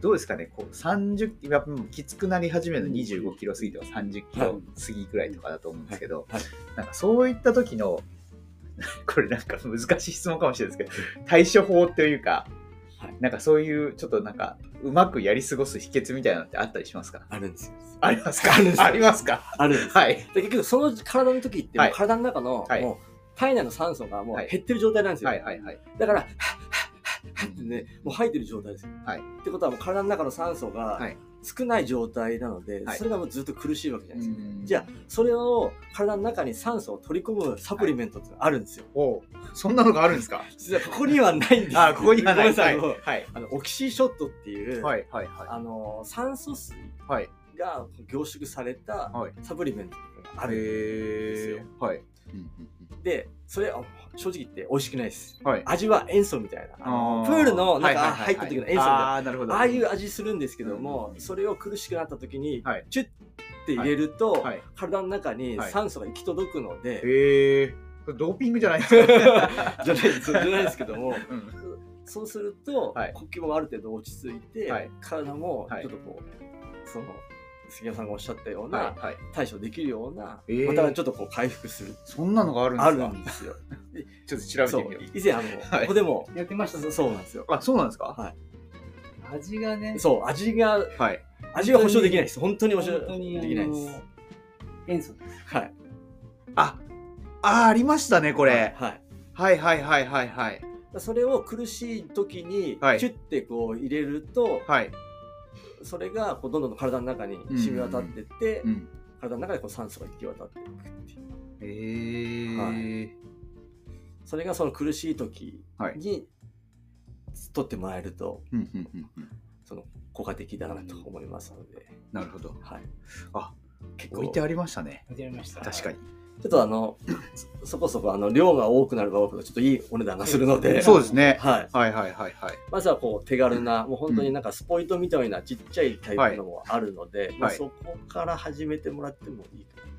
S2: どうですかね、こう30キロ、もうきつくなり始めるの25キロ過ぎとか30キロ過ぎぐらいとかだと思うんですけど、
S3: はいは
S2: なんかそういった時の、 これなんか難しい質問かもしれないですけど、対処法というか、
S3: はい
S2: なんかそういうちょっとなんかうまくやり過ごす秘訣みたいなのってあったりしますか
S3: あるんですよ。
S2: ありますか
S3: あるんですよ
S2: ありますか
S3: あるんですよ。
S2: はい。
S3: で結局その体の時ってもう
S2: はい
S3: 体の中の、
S2: はい
S3: もう体内の酸素がもう
S2: はい
S3: 減ってる状態なんですよ。
S2: はいはいはい。
S3: だから、はっはっはっはっってね、もう吐いてる状態ですよ。
S2: はい
S3: ってことはもう体の中の酸素が、
S2: はい
S3: 少ない状態なので、
S2: はい
S3: それがもうずっと苦しいわけじゃないですか。
S2: うん
S3: じゃあ、それを体の中に酸素を取り込むサプリメントってのがあるんですよ。
S2: おうそんなのがあるんですか
S3: 実はここにはないんですよ
S2: あ、ここにはない。
S3: ごめんさ
S2: はいい。
S3: あの
S2: はい。
S3: あのオキシショットっていう、
S2: はい。はい。は
S3: あの酸素水
S2: い。はい。
S3: が凝縮された
S2: はい
S3: サプリメントっていうのがある。
S2: へ
S3: です
S2: ーはい。
S3: で、それは正直言って美味しくないです。
S2: はい。
S3: 味は塩素みたいな。あの
S2: あ
S3: プールのなんか
S2: はいはい
S3: あ
S2: はい
S3: 入った時の塩素みたいな。
S2: ああ、なるほど。
S3: ああいう味するんですけども、
S2: うん
S3: それを苦しくなった時に、
S2: はい
S3: チュッって入れると、
S2: はい。
S3: 体の中に
S2: はい
S3: 酸素が行き届くので、
S2: へえ。ドーピングじゃないですか。
S3: じゃないですじゃないですけども
S2: うん
S3: そうすると、
S2: はい
S3: 呼吸もある程度落ち着いて、
S2: はい
S3: 体も
S2: はい
S3: ちょっとこう、その杉山さんがおっしゃったような、
S2: はい。はい。
S3: 対処できるような、
S2: えー
S3: またちょっとこう回復する
S2: そんなのがあるんで
S3: あ
S2: す
S3: る
S2: か
S3: んですよ。
S2: ちょっと調
S3: そ
S2: べ
S3: う
S2: てみよ
S3: 以前あの、
S2: はい
S3: ここでも
S1: やってました
S3: そそうなんですよ。
S2: う。あ、そうなんですか
S1: 味がね
S3: そう味が
S2: はい。
S3: 味が保証できないです。本当に保証
S1: 本
S3: で
S1: 当にあ
S3: きないで
S1: の
S3: す。
S1: 塩素です
S3: はい
S2: あ、あー、ありましたね、こ
S3: こ
S2: れ。
S3: はい。
S2: はいはいはいはいはい。
S3: それを苦しい時に、
S2: はい
S3: チュッてこう入れると、
S2: はい。
S3: それがこうどんどん体の中に染み渡ってって、
S2: うん。
S3: 体の中でこう酸素が行き渡っていくっていう。
S2: へえ。
S3: それがその苦しい時
S2: はい
S3: に取ってもらえると
S2: うんうんうんうん。
S3: 効果的だなと思いますので、
S2: なるほど。
S3: はい。
S2: あ、
S3: 結構
S2: 置いてありましたね。
S1: やりました
S2: 確かに。
S3: ちょっとあの、そそこそこあの量が多くなれば多くなるちょっといいお値段がするの で、
S2: そうですね。
S3: はい。
S2: はいはいはいはい。
S3: まずはこう手軽な、もう本当になんかスポイトみたいなちっちゃいタイプのもあるので、まあ、
S2: はい
S3: そこから始めてもらってもいいかなっ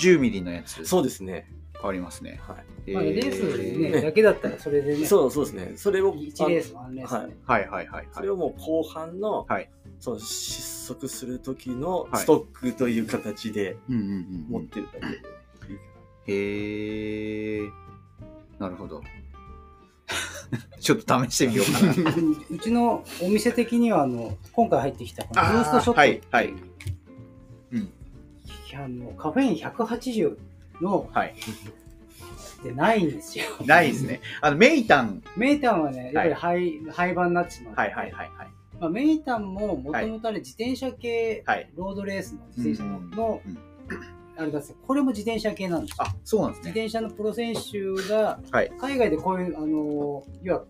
S3: ていう。
S2: 10ミリのやつ。
S3: そうですね。
S2: ありますね。
S3: は
S1: まあレー
S2: へ
S1: ス
S2: ー
S1: ねだけだったらそれで
S3: い。
S1: ね
S3: そうそうですね。それを、
S1: 1レースワンレースね
S2: はいはいはい
S3: そ
S2: はい
S3: れ。をもう後半の、
S2: はい
S3: その失速する時の
S2: はい
S3: ストックという形で
S2: うんうんうんう
S3: 持っ
S2: ん。
S3: てるだけでいいか
S2: へえ。なるほど。 ちょっと試してみようかな。
S1: うちのお店的にはあの今回入ってきたこのブーストショットっていう、
S2: あーはいはいうん
S1: あのカフェイン180の
S2: はい。
S1: ってないんですよ。
S2: ないですね。あの、メイタン。
S1: メイタンはね、やっぱり廃廃盤になってしまって、
S2: はいはいはいはい。
S1: まあ、メイタンももともとあれ自転車系、
S2: はい。
S1: ロードレースの自転車の,、の
S2: うん
S1: あれだっすこれも自転車系なんですよ。
S2: あ、そうなんです
S1: 自
S2: ね。
S1: 転車のプロ選手が
S2: はい
S1: 海外でこういう、あの要は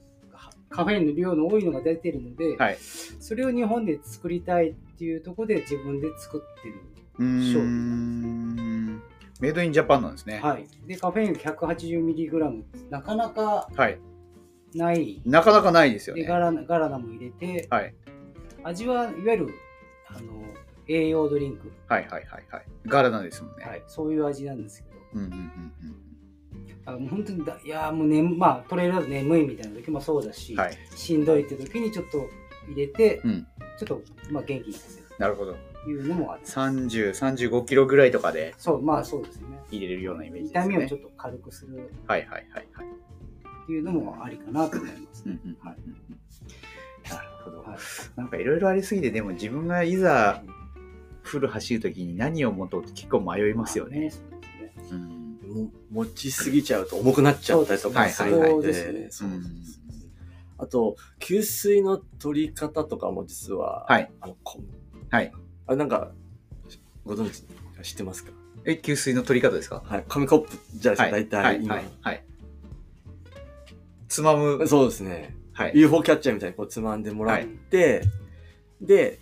S1: カカフェインの量の多いのが出てるので、
S2: はい
S1: それを日本で作りたいっていうところで自分で作ってる、
S2: うーん。メイドインジャパンなんですね。
S1: はい、でカフェイン 180mg なかなか
S2: はい。
S1: ない、
S2: なかなかないですよ
S1: で
S2: ね。
S1: ガラ
S2: は
S1: ガラナも入れて
S2: い。
S1: 味はいわゆるあの栄養ドリンク、
S2: はいはいはいはい。ガラナですもんね。
S1: はい、そういう味なんですけど
S2: うんうんうん
S1: あもう本当にだいやーもう、ねまあ、トレーラーだと眠いみたいな時もそうだ
S2: う
S1: し、
S2: ん。はい。
S1: しんどいって時にちょっと入れて、
S2: うん
S1: ちょっと、まあ、元気にさせる
S2: なるほど。
S1: というのもある
S2: 30、35キロぐらいとかで
S1: そうまあそうですね
S2: 入れるようなイメージですね。
S1: 痛みをちょっと軽くする
S2: はいはいはいはい。
S1: っていうのもありかなと思います
S2: うんう
S1: ね、
S2: ん
S1: はい
S2: なるほど
S1: はい。
S2: なんかいろいろありすぎて、でも自分がいざフル走るときに何を持とうって結構迷いますよね。
S1: そうですね
S2: うん。
S3: も持ちすぎちゃうと重くなっちゃったりとかす
S2: そう
S3: る
S2: ですね
S1: はいはい
S3: の
S1: はい
S3: で、そう
S2: うん
S3: あと給水の取り方とかも実は、
S2: はい
S3: あのこ
S2: はい
S3: あれなんかご存知知ってますか、
S2: え、給水の取り方ですか
S3: はい、紙コップじゃないですか、
S2: はい
S3: 大体、
S2: はい
S3: 今
S2: はいはい。つまむ。
S3: そうですね
S2: はい。
S3: UFO キャッチャーみたいにこうつまんでもらって、で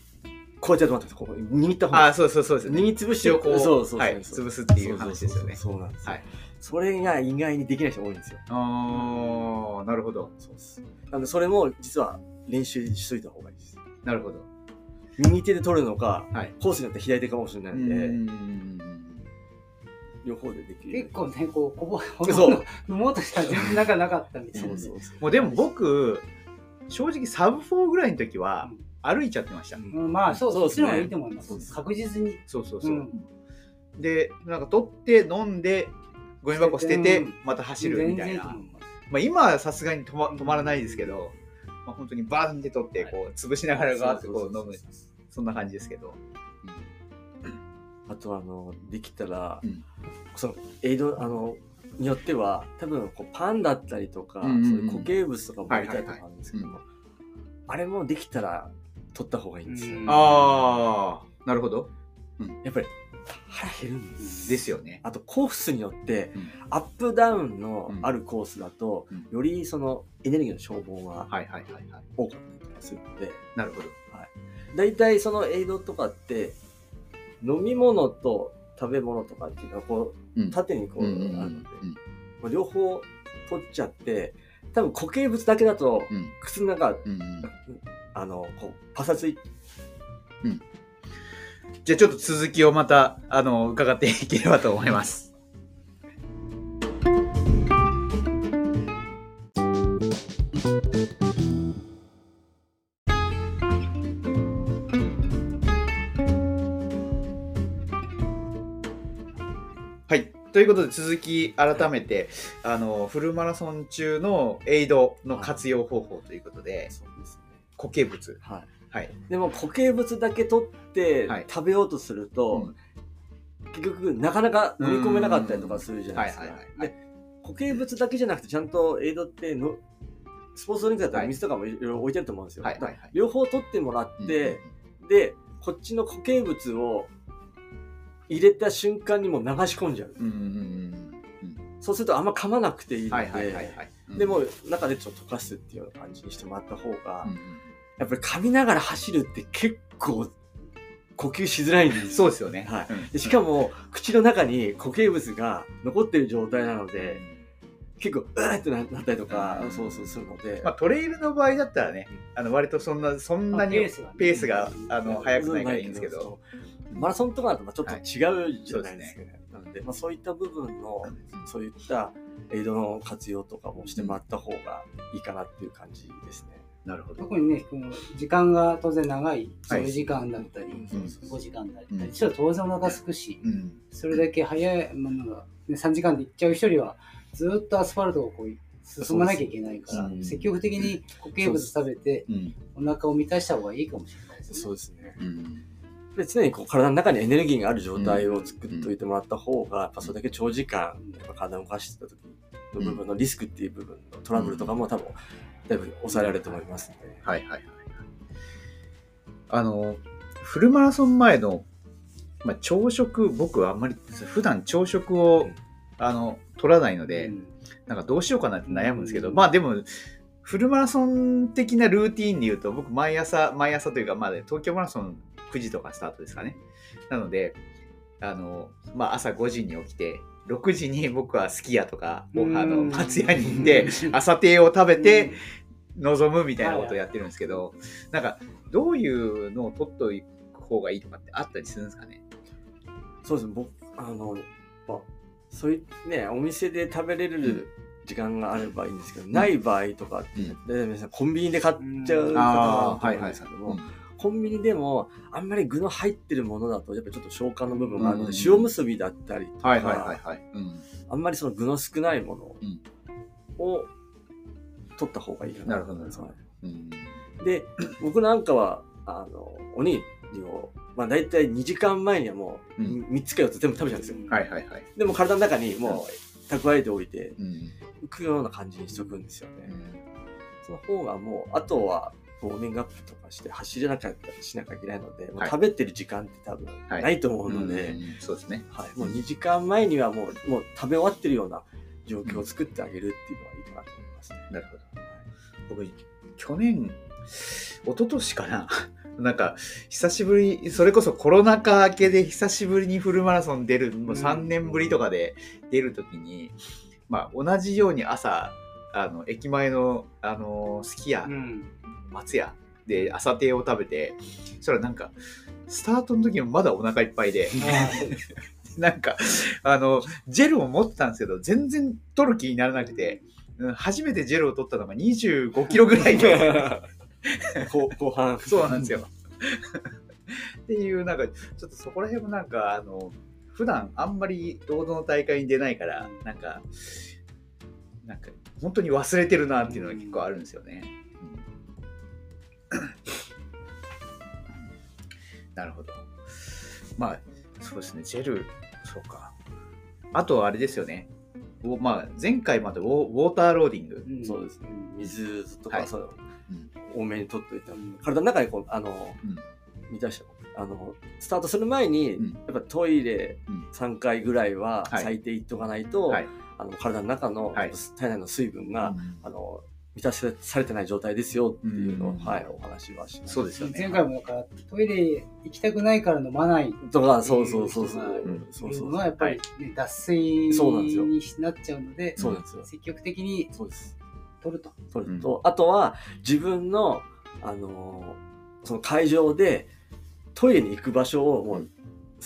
S3: こうやってやってもらったんですここ握った方
S2: あ
S3: が
S2: あ、そうそうそうですね。
S3: 握りつぶして
S2: 塩をこう
S3: そうそうそうそう、
S2: はい潰すっていう話ですよね
S3: そうそうそうそうなんですよ、
S2: はい
S3: それが意外にできない人多いんですよ
S2: ああ、なるほど。
S3: そうです。なので、それも実は練習しといた方がいいです。
S2: なるほど。
S3: 右手で取るのか、
S2: はい。
S3: コースによって左手かもしれない
S2: うんんうんう
S3: で、
S2: ん
S3: 両方でできる。
S1: 結構ねこうこぼ
S3: そう
S1: 飲もうとしたら全然なんかなかったみたい
S3: そ
S1: な
S3: うそうそう。
S2: もうでも僕、正直サブ4ぐらいの時は
S1: うん
S2: 歩いちゃってました。
S1: うんまあそう
S3: そう
S1: そっち
S3: です
S1: の
S3: ね
S1: 方がいいと思いま
S3: そうですす
S1: 確実に
S2: そうそうそう。
S1: うん
S2: で、なんか取って飲んで、ゴミ箱捨てて
S1: うん、
S2: また走るみた
S1: 全
S2: い
S1: 然いいと
S2: な
S1: 思。います
S2: まあ今はさすがに止ま止まらないですけど、まあ本当にバーンって取って、こう、潰しながらガーってこう飲む、そんな感じですけど。
S3: あと、あの、できたら、
S2: うん
S3: その、エイド、あの、によっては、多分こう、パンだったりとか、
S2: うんうんうん
S3: そういう固形物とかも入れたりとかあるんですけども、あれもできたら、取った方がいいんですよ。
S1: うん
S2: ああ、なるほど。
S3: やっぱり腹減るんです。
S2: ですよね。
S3: あとコースによって
S2: うん
S3: アップダウンのあるコースだと、
S2: うん
S3: よりそのエネルギーの消耗
S2: は
S3: が
S2: いはいはいはい。
S3: 多かったりするので、
S2: なるほど。
S3: 大体そのエイドとかって飲み物と食べ物とかっていうのはこ
S2: うん
S3: う縦にこうあ
S2: う
S3: る
S2: んうんうん
S3: ので、まあ両方取っちゃって多分固形物だけだと
S2: うんうん
S3: 靴の中
S2: うんうん
S3: あのこうパサつい
S2: じゃあちょっと続きをまた、あの、伺っていければと思います。はい。ということで続き改めて、あのフルマラソン中のエイドの活用方法ということで
S3: そうですね
S2: 固形物
S3: はい
S2: はい、
S3: でも固形物だけ取って
S2: はい
S3: 食べようとすると、結局なかなか飲み込めなかったりとかするじゃないですか
S2: うんはいはい。はい
S3: で固形物だけじゃなくてちゃんとエイドってのスポーツドリンクだった
S2: は
S3: ら
S2: い
S3: 水とかもいろいろ置いてると思うんですよ。
S2: はいはいはい
S3: だから両方取ってもらって、
S2: うん
S3: でこっちの固形物を入れた瞬間にもう流し込んじゃう。
S2: うんうんうんうん
S3: そうするとあんま噛まなくていいの
S2: はいはいはい
S3: で。
S2: はい。
S3: でも中でちょっと溶かすっていうような感じにしてもらった方が、
S2: うん、
S3: やっぱり噛みながら走るって結構呼吸しづらいんで
S2: うん
S3: す
S2: そうですよね。
S3: はい
S2: うん
S3: でしかも、口の中に固形物が残ってる状態なので、結構、うーってななったりとか
S2: う、ん
S3: そうそうするので、
S2: まあ、トレイルの場合だったらね、あの割とそんなそんなに
S1: ペースがね
S2: ペースがあ
S3: そう
S2: の速くないからいいんですけど、、
S3: そうマラソンとかだとまあちょっと違うじゃないですか。なので、まあ、そういった部分の、そういったエイドの活用とかもしてもらった方がいいかなっていう感じですね。
S2: なるほど。
S1: 特にね、この時間が当然長い、
S2: はい
S1: 10時間だったり、
S2: そうそうそう
S1: 5時間だっ
S2: う
S1: た
S2: ん
S1: り、ちょっと当然お腹すくし、
S2: うん、
S1: それだけ早いものが、ね、3時間で行っちゃう人よりは、ずーっとアスファルトをこう進まなきゃいけないから、
S3: うん
S1: 積極的に固形物食べて、
S2: うん、
S1: お腹を満たした方がいいかもしれないですね。
S3: そうですね。
S2: うん、
S3: で常にこう体の中にエネルギーがある状態を作っておいてもらった方が、やっぱそれだけ長時間やっぱ体を動かしてた時の部分のリスクっていう部分のトラブルとかも多分だいぶ抑えられると思いますので、
S2: はいはいはい。あの、フルマラソン前の、まあ、朝食、僕はあんまり普段朝食を、
S3: うん
S2: あの取らないので、
S1: うん
S2: なんかどうしようかなって悩むんですけど、
S1: うん
S2: まあでも、フルマラソン的なルーティーンで言うと、僕、毎朝、毎朝というか、まあ、東京マラソン9時とかスタートですかね。なので、あの、まあ、朝5時に起きて、6時に僕はすき家とか、あ
S1: うん
S2: の、松屋に行って、朝亭を食べて、望むみたいなことをやってるんですけど、なんか、どういうのを取っといく方がいいとかってあったりするんですかね。
S3: そうですね僕あのやっぱそういうねお店で食べれる時間があればいいんですけど、ない場合とかっ
S2: う
S3: て
S2: ん
S3: 大体皆さんコンビニで買っちゃう方が多いと思うんですけども、コンビニでもあんまり具の入ってるものだとやっぱちょっと消化の部分があるので、
S2: うん
S3: 塩結びだったりとか、
S2: はいはいはいはい。うん
S3: あんまりその具の少ないもの
S2: うん
S3: を取った方がいいか
S2: な
S3: な
S2: るほどなるほど
S3: はい
S2: うん
S3: で、僕なんかは、あの、おにぎりを、まあ大体2時間前にはもう
S2: うん
S3: 3つか4つ全部食べちゃうんですよ。
S2: はいはいはい。
S3: でも体の中にもう蓄えておいて、
S2: うん
S3: 浮くような感じにしとくんですよね。その方がもう、あとは、ウォーミングアップとかして走れなかったりしなきゃいけないので、もう
S2: はい
S3: 食べてる時間って多分
S2: はい
S3: ないと思うので、
S2: うんそうですね。
S3: はい、もう2時間前にはもうもう食べ終わってるような状況を作ってあげるっていうのはいいかなと思いますね。
S2: なるほど。僕、去年、一昨年かな。 なんか、久しぶり、それこそコロナ禍明けで久しぶりにフルマラソン出る、もう3年ぶりとかで出るときに、まあ、同じように朝、あの、駅前の、あの、すき家
S1: う、ん。
S2: 松屋で朝亭を食べて、それはなんか、スタートの時もまだお腹いっぱいで、 なんか、あの、ジェルを持ってたんですけど、全然取る気にならなくて、うん初めてジェルを取ったのが25キロぐらいで、
S3: 後後半
S2: そうなんですよ。っていう、なんか、ちょっとそこら辺もなんか、あの、普段あんまり労働の大会に出ないから、なんか、なんか、本当に忘れてるなっていうのが結構あるんですよね。うんなるほど。まあ、そうですね、ジェル、そうか。あとはあれですよね。おまあ、前回までウォウォーターローディング。
S1: ん
S3: そうですね水とか、
S2: はい
S3: そう
S2: うん
S3: 多めに取っといた体の中でこうあの、
S2: うん
S3: 満たしてあのスタートする前に、
S2: うん
S3: やっぱトイレ
S2: うん
S3: 3回ぐらいは
S2: はい
S3: 最低いっとかないと、
S2: はい
S3: あの体の中の、
S2: はい
S3: 体内の水分が、
S2: うん
S3: あの満たせされてない状態ですよっていうのを、
S2: うん
S3: はい、お話はします。
S2: そうですよね。。
S1: 前回もだからトイレ行きたくないから飲まない
S3: とか、そうそうそうそう
S1: うんと
S3: そ
S1: いうう
S3: そう
S1: のは
S3: そ
S1: や
S3: う。
S1: っぱり、ね脱水に
S3: そうなんですよ
S1: なっちゃうので
S3: そうなんですよ。
S1: 積極的に
S3: そうです。
S1: 取ると。
S3: それと、あとは自分の、あのーその会場でトイレに行く場所をもう、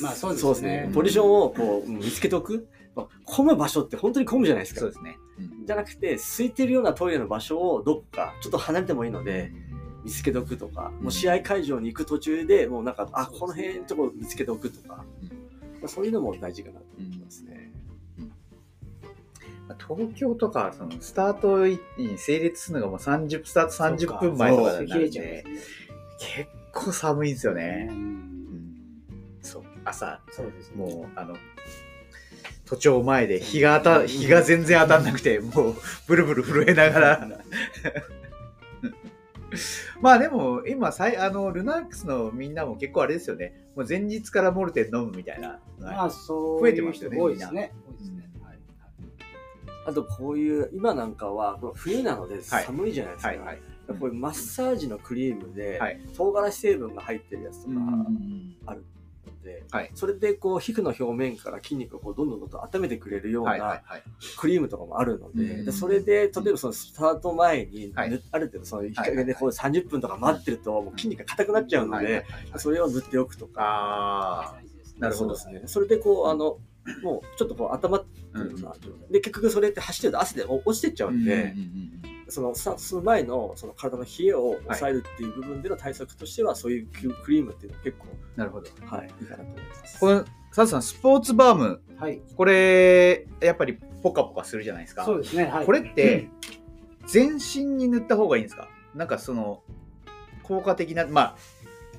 S1: まあそうですね
S2: うん
S3: ポジションをこううん見つけておく。まあ混む場所って本当に混むじゃないです
S2: そう
S3: か
S2: で。すね。
S3: じゃなくて、空いてるようなトイレの場所をどこか、ちょっと離れてもいいので、見つけておくとか、もう試合会場に行く途中でもうなんか、あ、この辺のとこ見つけておくとか、
S2: うん
S3: まあそういうのも大事かなと
S2: う
S3: 思い
S2: ん
S3: ますね。
S2: 東京とかそのスタートに成立するのがもう30スタート30分前とかなん
S1: 切れちゃうんで
S2: です
S1: ね
S2: 結構寒いんですよね
S1: う。
S2: うんんそう朝
S1: そうですね。
S2: もうあの都庁前で日が当た日が全然当たんなくてもうブルブル震えながら。まあでも今さいあのルナックスのみんなも結構あれですよねもう前日からモルテン飲むみたいな、
S1: まあそう
S2: 増えてますよね
S1: いう人多いですね。多いですね。はい
S3: あとこういう、今なんかは、この冬なので
S2: はい
S3: 寒いじゃないですか。
S2: はいはいうん
S3: こういうマッサージのクリームで、
S2: はい
S3: 唐辛子成分が入ってるやつとかで、
S2: はい
S3: それでこう皮膚の表面から筋肉をこうどんどんどんどん温めてくれるよう
S2: はいは
S3: ない
S2: はい
S3: クリームとかもあるので,、
S2: うん
S3: でそれで例えばそのスタート前に、
S2: はい
S3: 塗っある程度その日
S2: はい
S3: 陰でこう30分とか待ってるともう筋肉が硬くなっちゃうので、
S2: はいはいはいはい
S3: それを塗っておくとか。
S2: あ
S1: 大事ですね
S2: なるほど
S3: そうですね。それでこう、あの、もうちょっとこう頭って
S2: あ、
S3: いうような状態で、結局それって走ってると汗でお落ちてっちゃうんで、そのスタートする前のその体の冷えを抑えるっていう部分での対策としては、そういうクリームっていうのは結構、
S2: なるほど。
S3: はい、いいかなと思います。
S2: この佐藤さん、スポーツバーム、
S1: はい。
S2: これ、やっぱりポカポカするじゃないですか。
S1: そうですね。はい。
S2: これって、全身に塗った方がいいんですかなんかその、効果的な、まあ、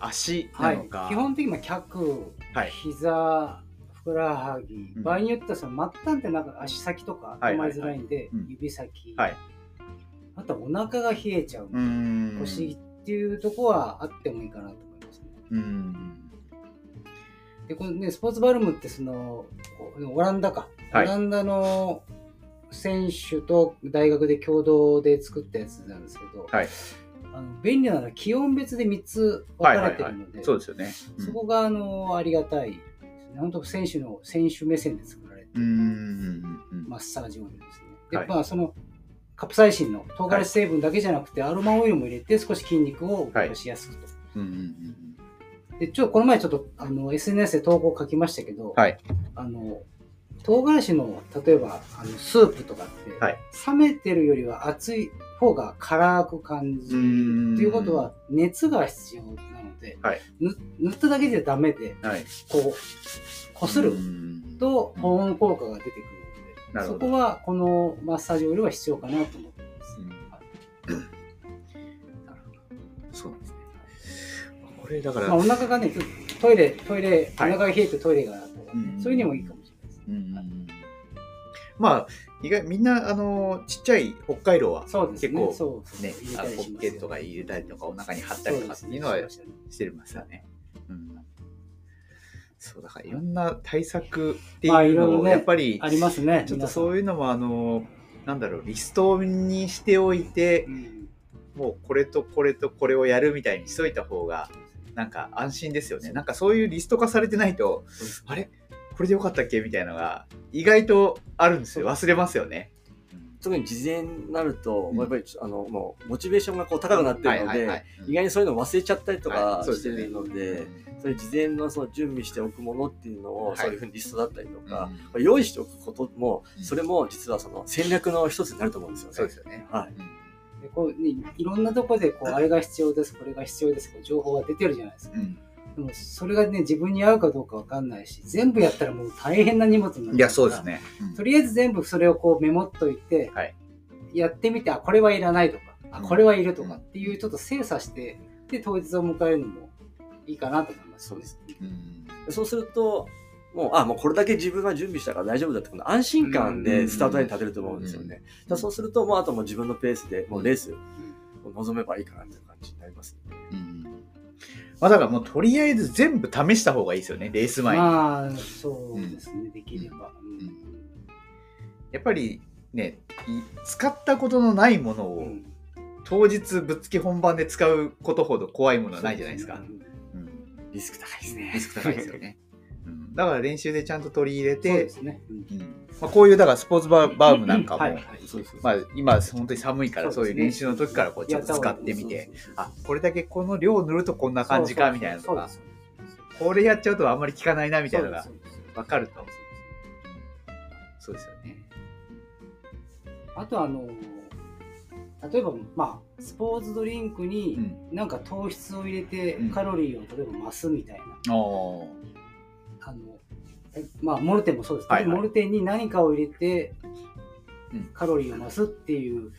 S2: 足
S1: は
S2: ないのか。。
S1: 基本的には脚、
S2: はい
S1: 膝、ふくらはぎ、
S2: うん
S1: 場合によってはその末端ってなんか足先とか
S2: はい
S1: 止
S2: は
S1: ま
S2: い
S1: りづらいんで
S2: うん、
S1: 指先、
S2: はい
S1: あとはお腹が冷えちゃう
S2: うー、ん。
S1: 腰っていうとこはあってもいいかなと思いますね。
S2: うーん。
S1: でこのね、スポーツバルムってそのこうオランダか、
S2: はい
S1: オランダの選手と大学で共同で作ったやつなんですけど、
S2: はい
S1: あの便利なのは気温別で3つ分かれてるので、
S2: そうですよね。うん
S1: そこがあのありがたいですね。本当選手の選手目線で作られて
S2: うーん。うん
S1: マッサージオイルですね。で、
S2: はい
S1: まあそのカプサイシンの唐辛子成分だけじゃなくて、アロマオイルも入れて少し筋肉を動かしやすくと。
S2: うんうんうん
S1: で、ちょっとこの前ちょっとあの SNS で投稿書きましたけど、
S2: はい
S1: あの唐辛子の例えばあのスープとかって、
S2: はい
S1: 冷めてるよりは熱い方が辛く感じ
S2: う
S1: る。
S2: ーん
S1: ということ、は熱が必要なので、
S2: はい
S1: ぬ塗っただけじゃダメで
S2: はい。
S1: こうこする
S2: うーん
S1: と保温効果が出てくる
S2: な
S1: ので、そ
S2: るほど
S1: こはこのマッサージオイルは必要かなと思ってます。
S2: そうなんですね。これだから、
S1: まあ、お腹がね、トイレ、トイレ、お
S2: はい
S1: 腹が冷えてトイレがあったとか
S2: うんうんうん
S1: そういうのもいいかもしれないです。
S2: うんまあ意外みんなあのちっちゃい北海道は
S1: そうですね。
S2: 結構
S1: そうそう
S2: ね
S1: 入れ
S2: あ
S1: た
S2: の
S1: り
S2: ポ
S1: し
S2: ッ
S1: ま
S2: ケ
S1: す
S2: ットが入れたりとかお腹に貼ったり
S1: そ
S2: と
S1: う
S2: か
S1: で
S2: って
S1: す
S2: い
S1: ね
S2: うのは
S1: しましたね
S2: してますよね。うんそうだからいろんな対策って
S1: まあ
S2: い
S1: いうろい
S2: の
S1: ろ
S2: を
S1: ね
S2: やっぱり
S1: ありますね。
S2: ちょっとそういうのもあのなんだろうリストにしておいて
S1: 皆さんうん
S2: もうこれとこれとこれをやるみたいにしといた方がなんか安心ですよね。なんかそういうリスト化されてないとあれこれでよかったっけみたいなのが意外とあるんですよ忘れますよね。
S3: 特に事前になると、
S2: うん
S3: やっぱりちょあのもうモチベーションがこう高くなってるので、意
S2: 外
S3: 外にそういうの忘れちゃったりとか
S2: そうです
S3: して
S2: よね
S3: るので,、そういう事前のその準備しておくものっていうのを、
S2: はい
S3: そういうふうにリストだったりとか、用意しておくことも、
S2: うん
S3: それも実はその戦略の一つになると思うんですよね。
S2: そうですよね。
S3: はい。
S1: でこうねいろんなところでこうあれが必要です、これが必要です、こう情報が出てるじゃないですか。
S2: うん
S1: でもそれがね、自分に合うかどうかわかんないし、全部やったらもう大変な荷物になる
S2: いやそうです。ね。
S1: とりあえず全部それをこうメモっといて、
S2: はい
S1: やってみて、あ、これはいらないとか、あ、
S2: うん
S1: これはいるとか
S2: うん
S1: っていうちょっと精査して、で、当日を迎えるのもいいかなと思います、。
S3: そうです
S2: うん
S3: そうすると、もう、あ、もうこれだけ自分は準備したから大丈夫だって、この安心感
S1: う
S3: で
S1: ん
S3: スタートラインに立てると思うんですよね。だからそうすると、もうあともう自分のペースで、もうレースこう望めばいいかなっていう感じになります、ね。
S2: うんまあ、だからもうとりあえず全部試した方がいいですよね、レース前に。
S1: まあ、そうですね、できれば。うん
S2: やっぱりね、い使ったことのないもの
S1: う
S2: を
S1: ん
S2: 当日ぶっつけ本番で使うことほど怖いものはないじゃないですか。
S1: そう
S2: うん
S3: リスク高いです
S2: リ
S3: ね。
S2: スク高いですよね。うんだから練習でちゃんと取り入 れ
S1: そう
S2: て
S1: で、すね。うん
S2: うんまあ、こういうだからスポーツバーバームなんかも、
S1: はいはい
S3: そうです。
S2: まあ、今本当に寒いから
S1: そ
S2: そうう
S1: で
S2: い
S1: す
S2: う
S1: ね
S2: 練習の時からこうちょっと使ってみて、あこれだけこの量塗るとこんな
S1: な
S2: 感じかみたいなのが、これやっちゃうとあんまり効かないなみたいなのが分かるとそうですよね。
S1: あとあの例えばまあスポーツドリンク
S2: う
S1: に
S2: ん
S1: なんか糖質を入れて
S2: うん
S1: カロリーを例えば増すみたいな、
S2: おー
S1: あのえまあモルテンもそうですけど、
S2: はいはい
S1: モルテンに何かを入れて
S2: うん
S1: カロリーを増すっていう、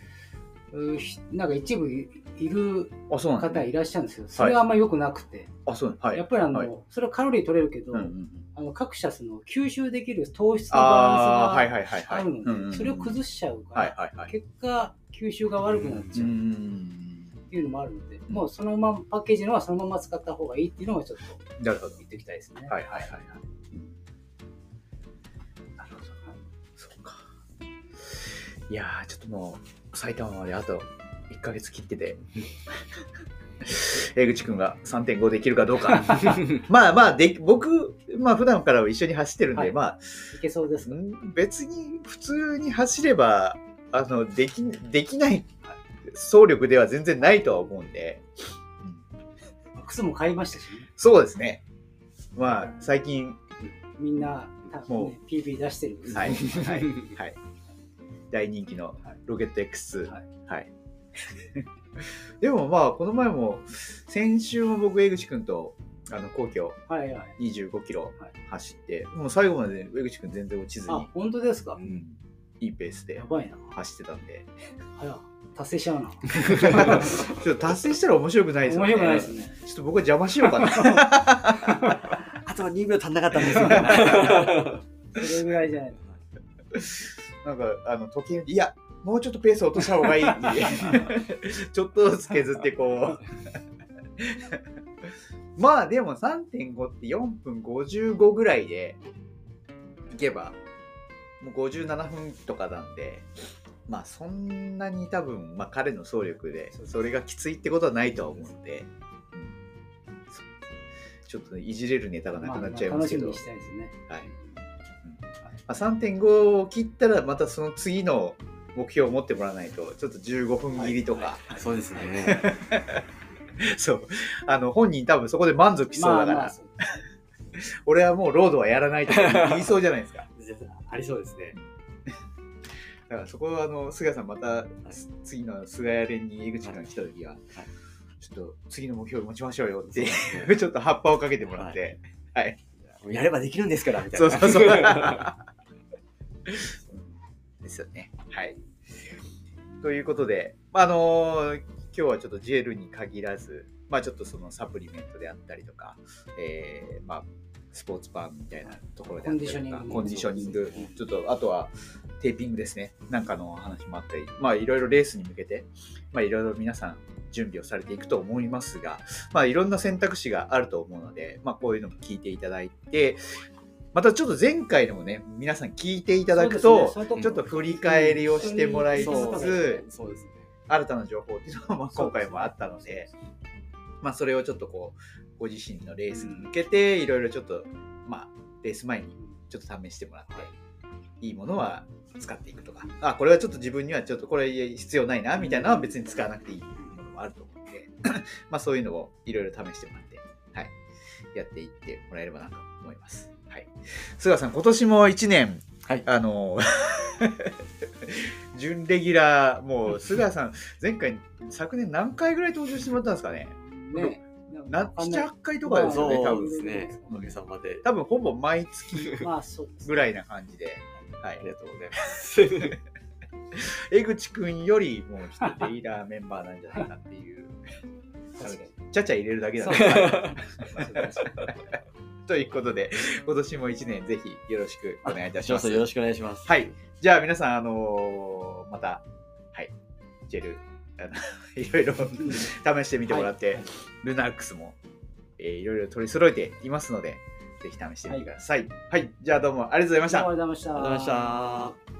S1: うーひなんか一部いいる
S2: あ、そうなんだ
S1: 方いらっしゃるんですけどそれはあんま良くなくて、
S2: あ、そうなんだはい。
S1: やっぱりあの、
S2: はい
S1: それはカロリー取れるけど、
S2: うんうんうん
S1: あの各社その吸収できる糖質の
S2: あー、
S1: バ
S2: は
S1: ラ
S2: い
S1: ン
S2: はいはい
S1: スが
S2: は
S1: あ
S2: い。
S1: るので、
S2: うんうんうん
S1: それを崩しちゃうから、
S2: はいはいはい。
S1: 結果吸収が悪くなっちゃうっ
S2: ん。
S1: ていうのもあるので、もうそのままパッケージのはそのまま使った方がいいっていうのをちょっと
S2: なるほど。
S1: 言っておきたいですね。
S2: はいはいはいはい。なるほど。そうか。いやー、ちょっともう、埼玉まであと1ヶ月切って て、江口くんが3.5できるかどう か。まあまあで、僕、まあ普段から一緒に走ってるんで、
S1: はい
S2: まあ、
S1: いけそうですか、
S2: うん別に普通に走れば、あの、でき、できない走力では全然ないとは思うんで、
S1: 靴も買いましたしね。
S2: そうですね。まあ、最近、
S1: みんな、た
S2: もう
S1: ね、PB 出してる靴。
S2: はい、はい、はい。大人気のロケット X2。
S1: は
S2: はいい。 でもまあ、この前も、先週も僕、江口くんと、あの、皇居
S1: はいはい。
S2: 25キロ
S1: はい
S2: 走って、もう最後まで江口くん全然落ちず
S1: あ
S2: に、、
S1: 本当ですか
S2: うんいいペースで
S1: やばいな。
S2: 走ってた んで、
S1: 早っ達成しちゃうな。
S2: ちょっと達成したら面白くないですよ
S1: 面
S2: ね。
S1: 白くないですね。
S2: ちょっと僕は邪魔しようかな。
S3: あとは2秒足んなかったんですよ。は
S1: それぐらいじゃないと。
S2: なんかあの時計いやもうちょっとペース落とした方 がいいってちょっとずつ削って こうまあでも3.5って4分55ぐらいでいけばもう57分とかなんでまあそんなに多分、まあ、彼の走力でそれがきついってことはないとは思うので、うんちょっとねいじれるネタがなくなっちゃいますけ
S1: ああ楽しみ
S2: ど、
S1: にしたいですね。
S2: はいまあ、3.5を切ったらまたその次の目標を持ってもらわないとちょっと15分切りとか、
S3: い そうですね。
S2: そうあの本人多分そこで満足しそうだから、
S1: まあまあそう
S2: 俺はもうロードはやらないとか言いそうじゃないですか
S3: ありそうですね。
S2: だからそこはあの菅さんまたす次の菅谷連に江口君が来た時は、ちょっと次の目標持ちましょうよって ちょっと葉っぱをかけてもらって、
S3: もうやればできるんですから、みたい
S2: そ
S3: な。
S2: うそう そう
S3: は
S2: ですよね。はい。ということで、まああの今日はちょっとジェルに限らず、まあ、ちょっとそのサプリメントであったりとか、えーまあ、スポーツバーみたいなところであったりとか
S1: コンディショニング
S2: コンディショニングちょっとあとはテーピングですね、なんかの話もあったり、まあ、いろいろレースに向けて、まあ、いろいろ皆さん準備をされていくと思いますが、まあ、いろんな選択肢があると思うので、まあ、こういうのも聞いていただいて、またちょっと前回のもね、皆さん聞いていただくと、
S1: そうですね
S2: ちょっと振り返りをしてもらいつ
S3: そう
S2: つ、
S3: そうですね。
S2: 新たな情報っていうのも今回もあったので、まあ、それをちょっとこうご自身のレースに向けていろいろちょっと、まあ、レース前にちょっと試してもらって、いいものは使っていくとかあこれはちょっと自分にはちょっとこれ必要ないなみたいなのは別に使わなくていいものもあると思うので まあそういうのをいろいろ試してもらって、はい、やっていってもらえればなと思います。はい、菅さん今年も1年
S3: はい。
S2: あの 準レギュラーもう菅さん前回昨年何回ぐらい登場してもらったんですかね
S1: ね。
S2: な
S1: わかんない
S2: 78回とかですよね多
S3: そう
S2: 分
S3: ですね。おかげさまで。
S2: 多分ほぼ毎月
S1: まあそうです
S2: ぐらいな感じで、は
S3: あ
S2: い
S3: り、がとうござい ます。
S2: 江口くんよりもうちょっとレギュラーメンバーなんじゃないかっていう
S1: 確かに
S2: ちゃちゃ入れるだけな
S1: そ
S2: ん
S1: う
S2: で
S1: です
S2: はい
S1: ね
S2: ということで今年も1年ぜひよろしくお願いいたし
S3: そう
S2: ま
S3: そ
S2: す
S3: うよろしくお願いします。
S2: はい。じゃあ皆さん、あのーまた、はい、ジェル いろいろ試してみてもらって、
S1: はい
S2: ルナックスも、えーいろいろ取り揃えていますので、ぜひ試してみてください。はい、じゃあどうもありがとうございました
S1: どうも。ありがとうございました。
S3: ありがとうございました。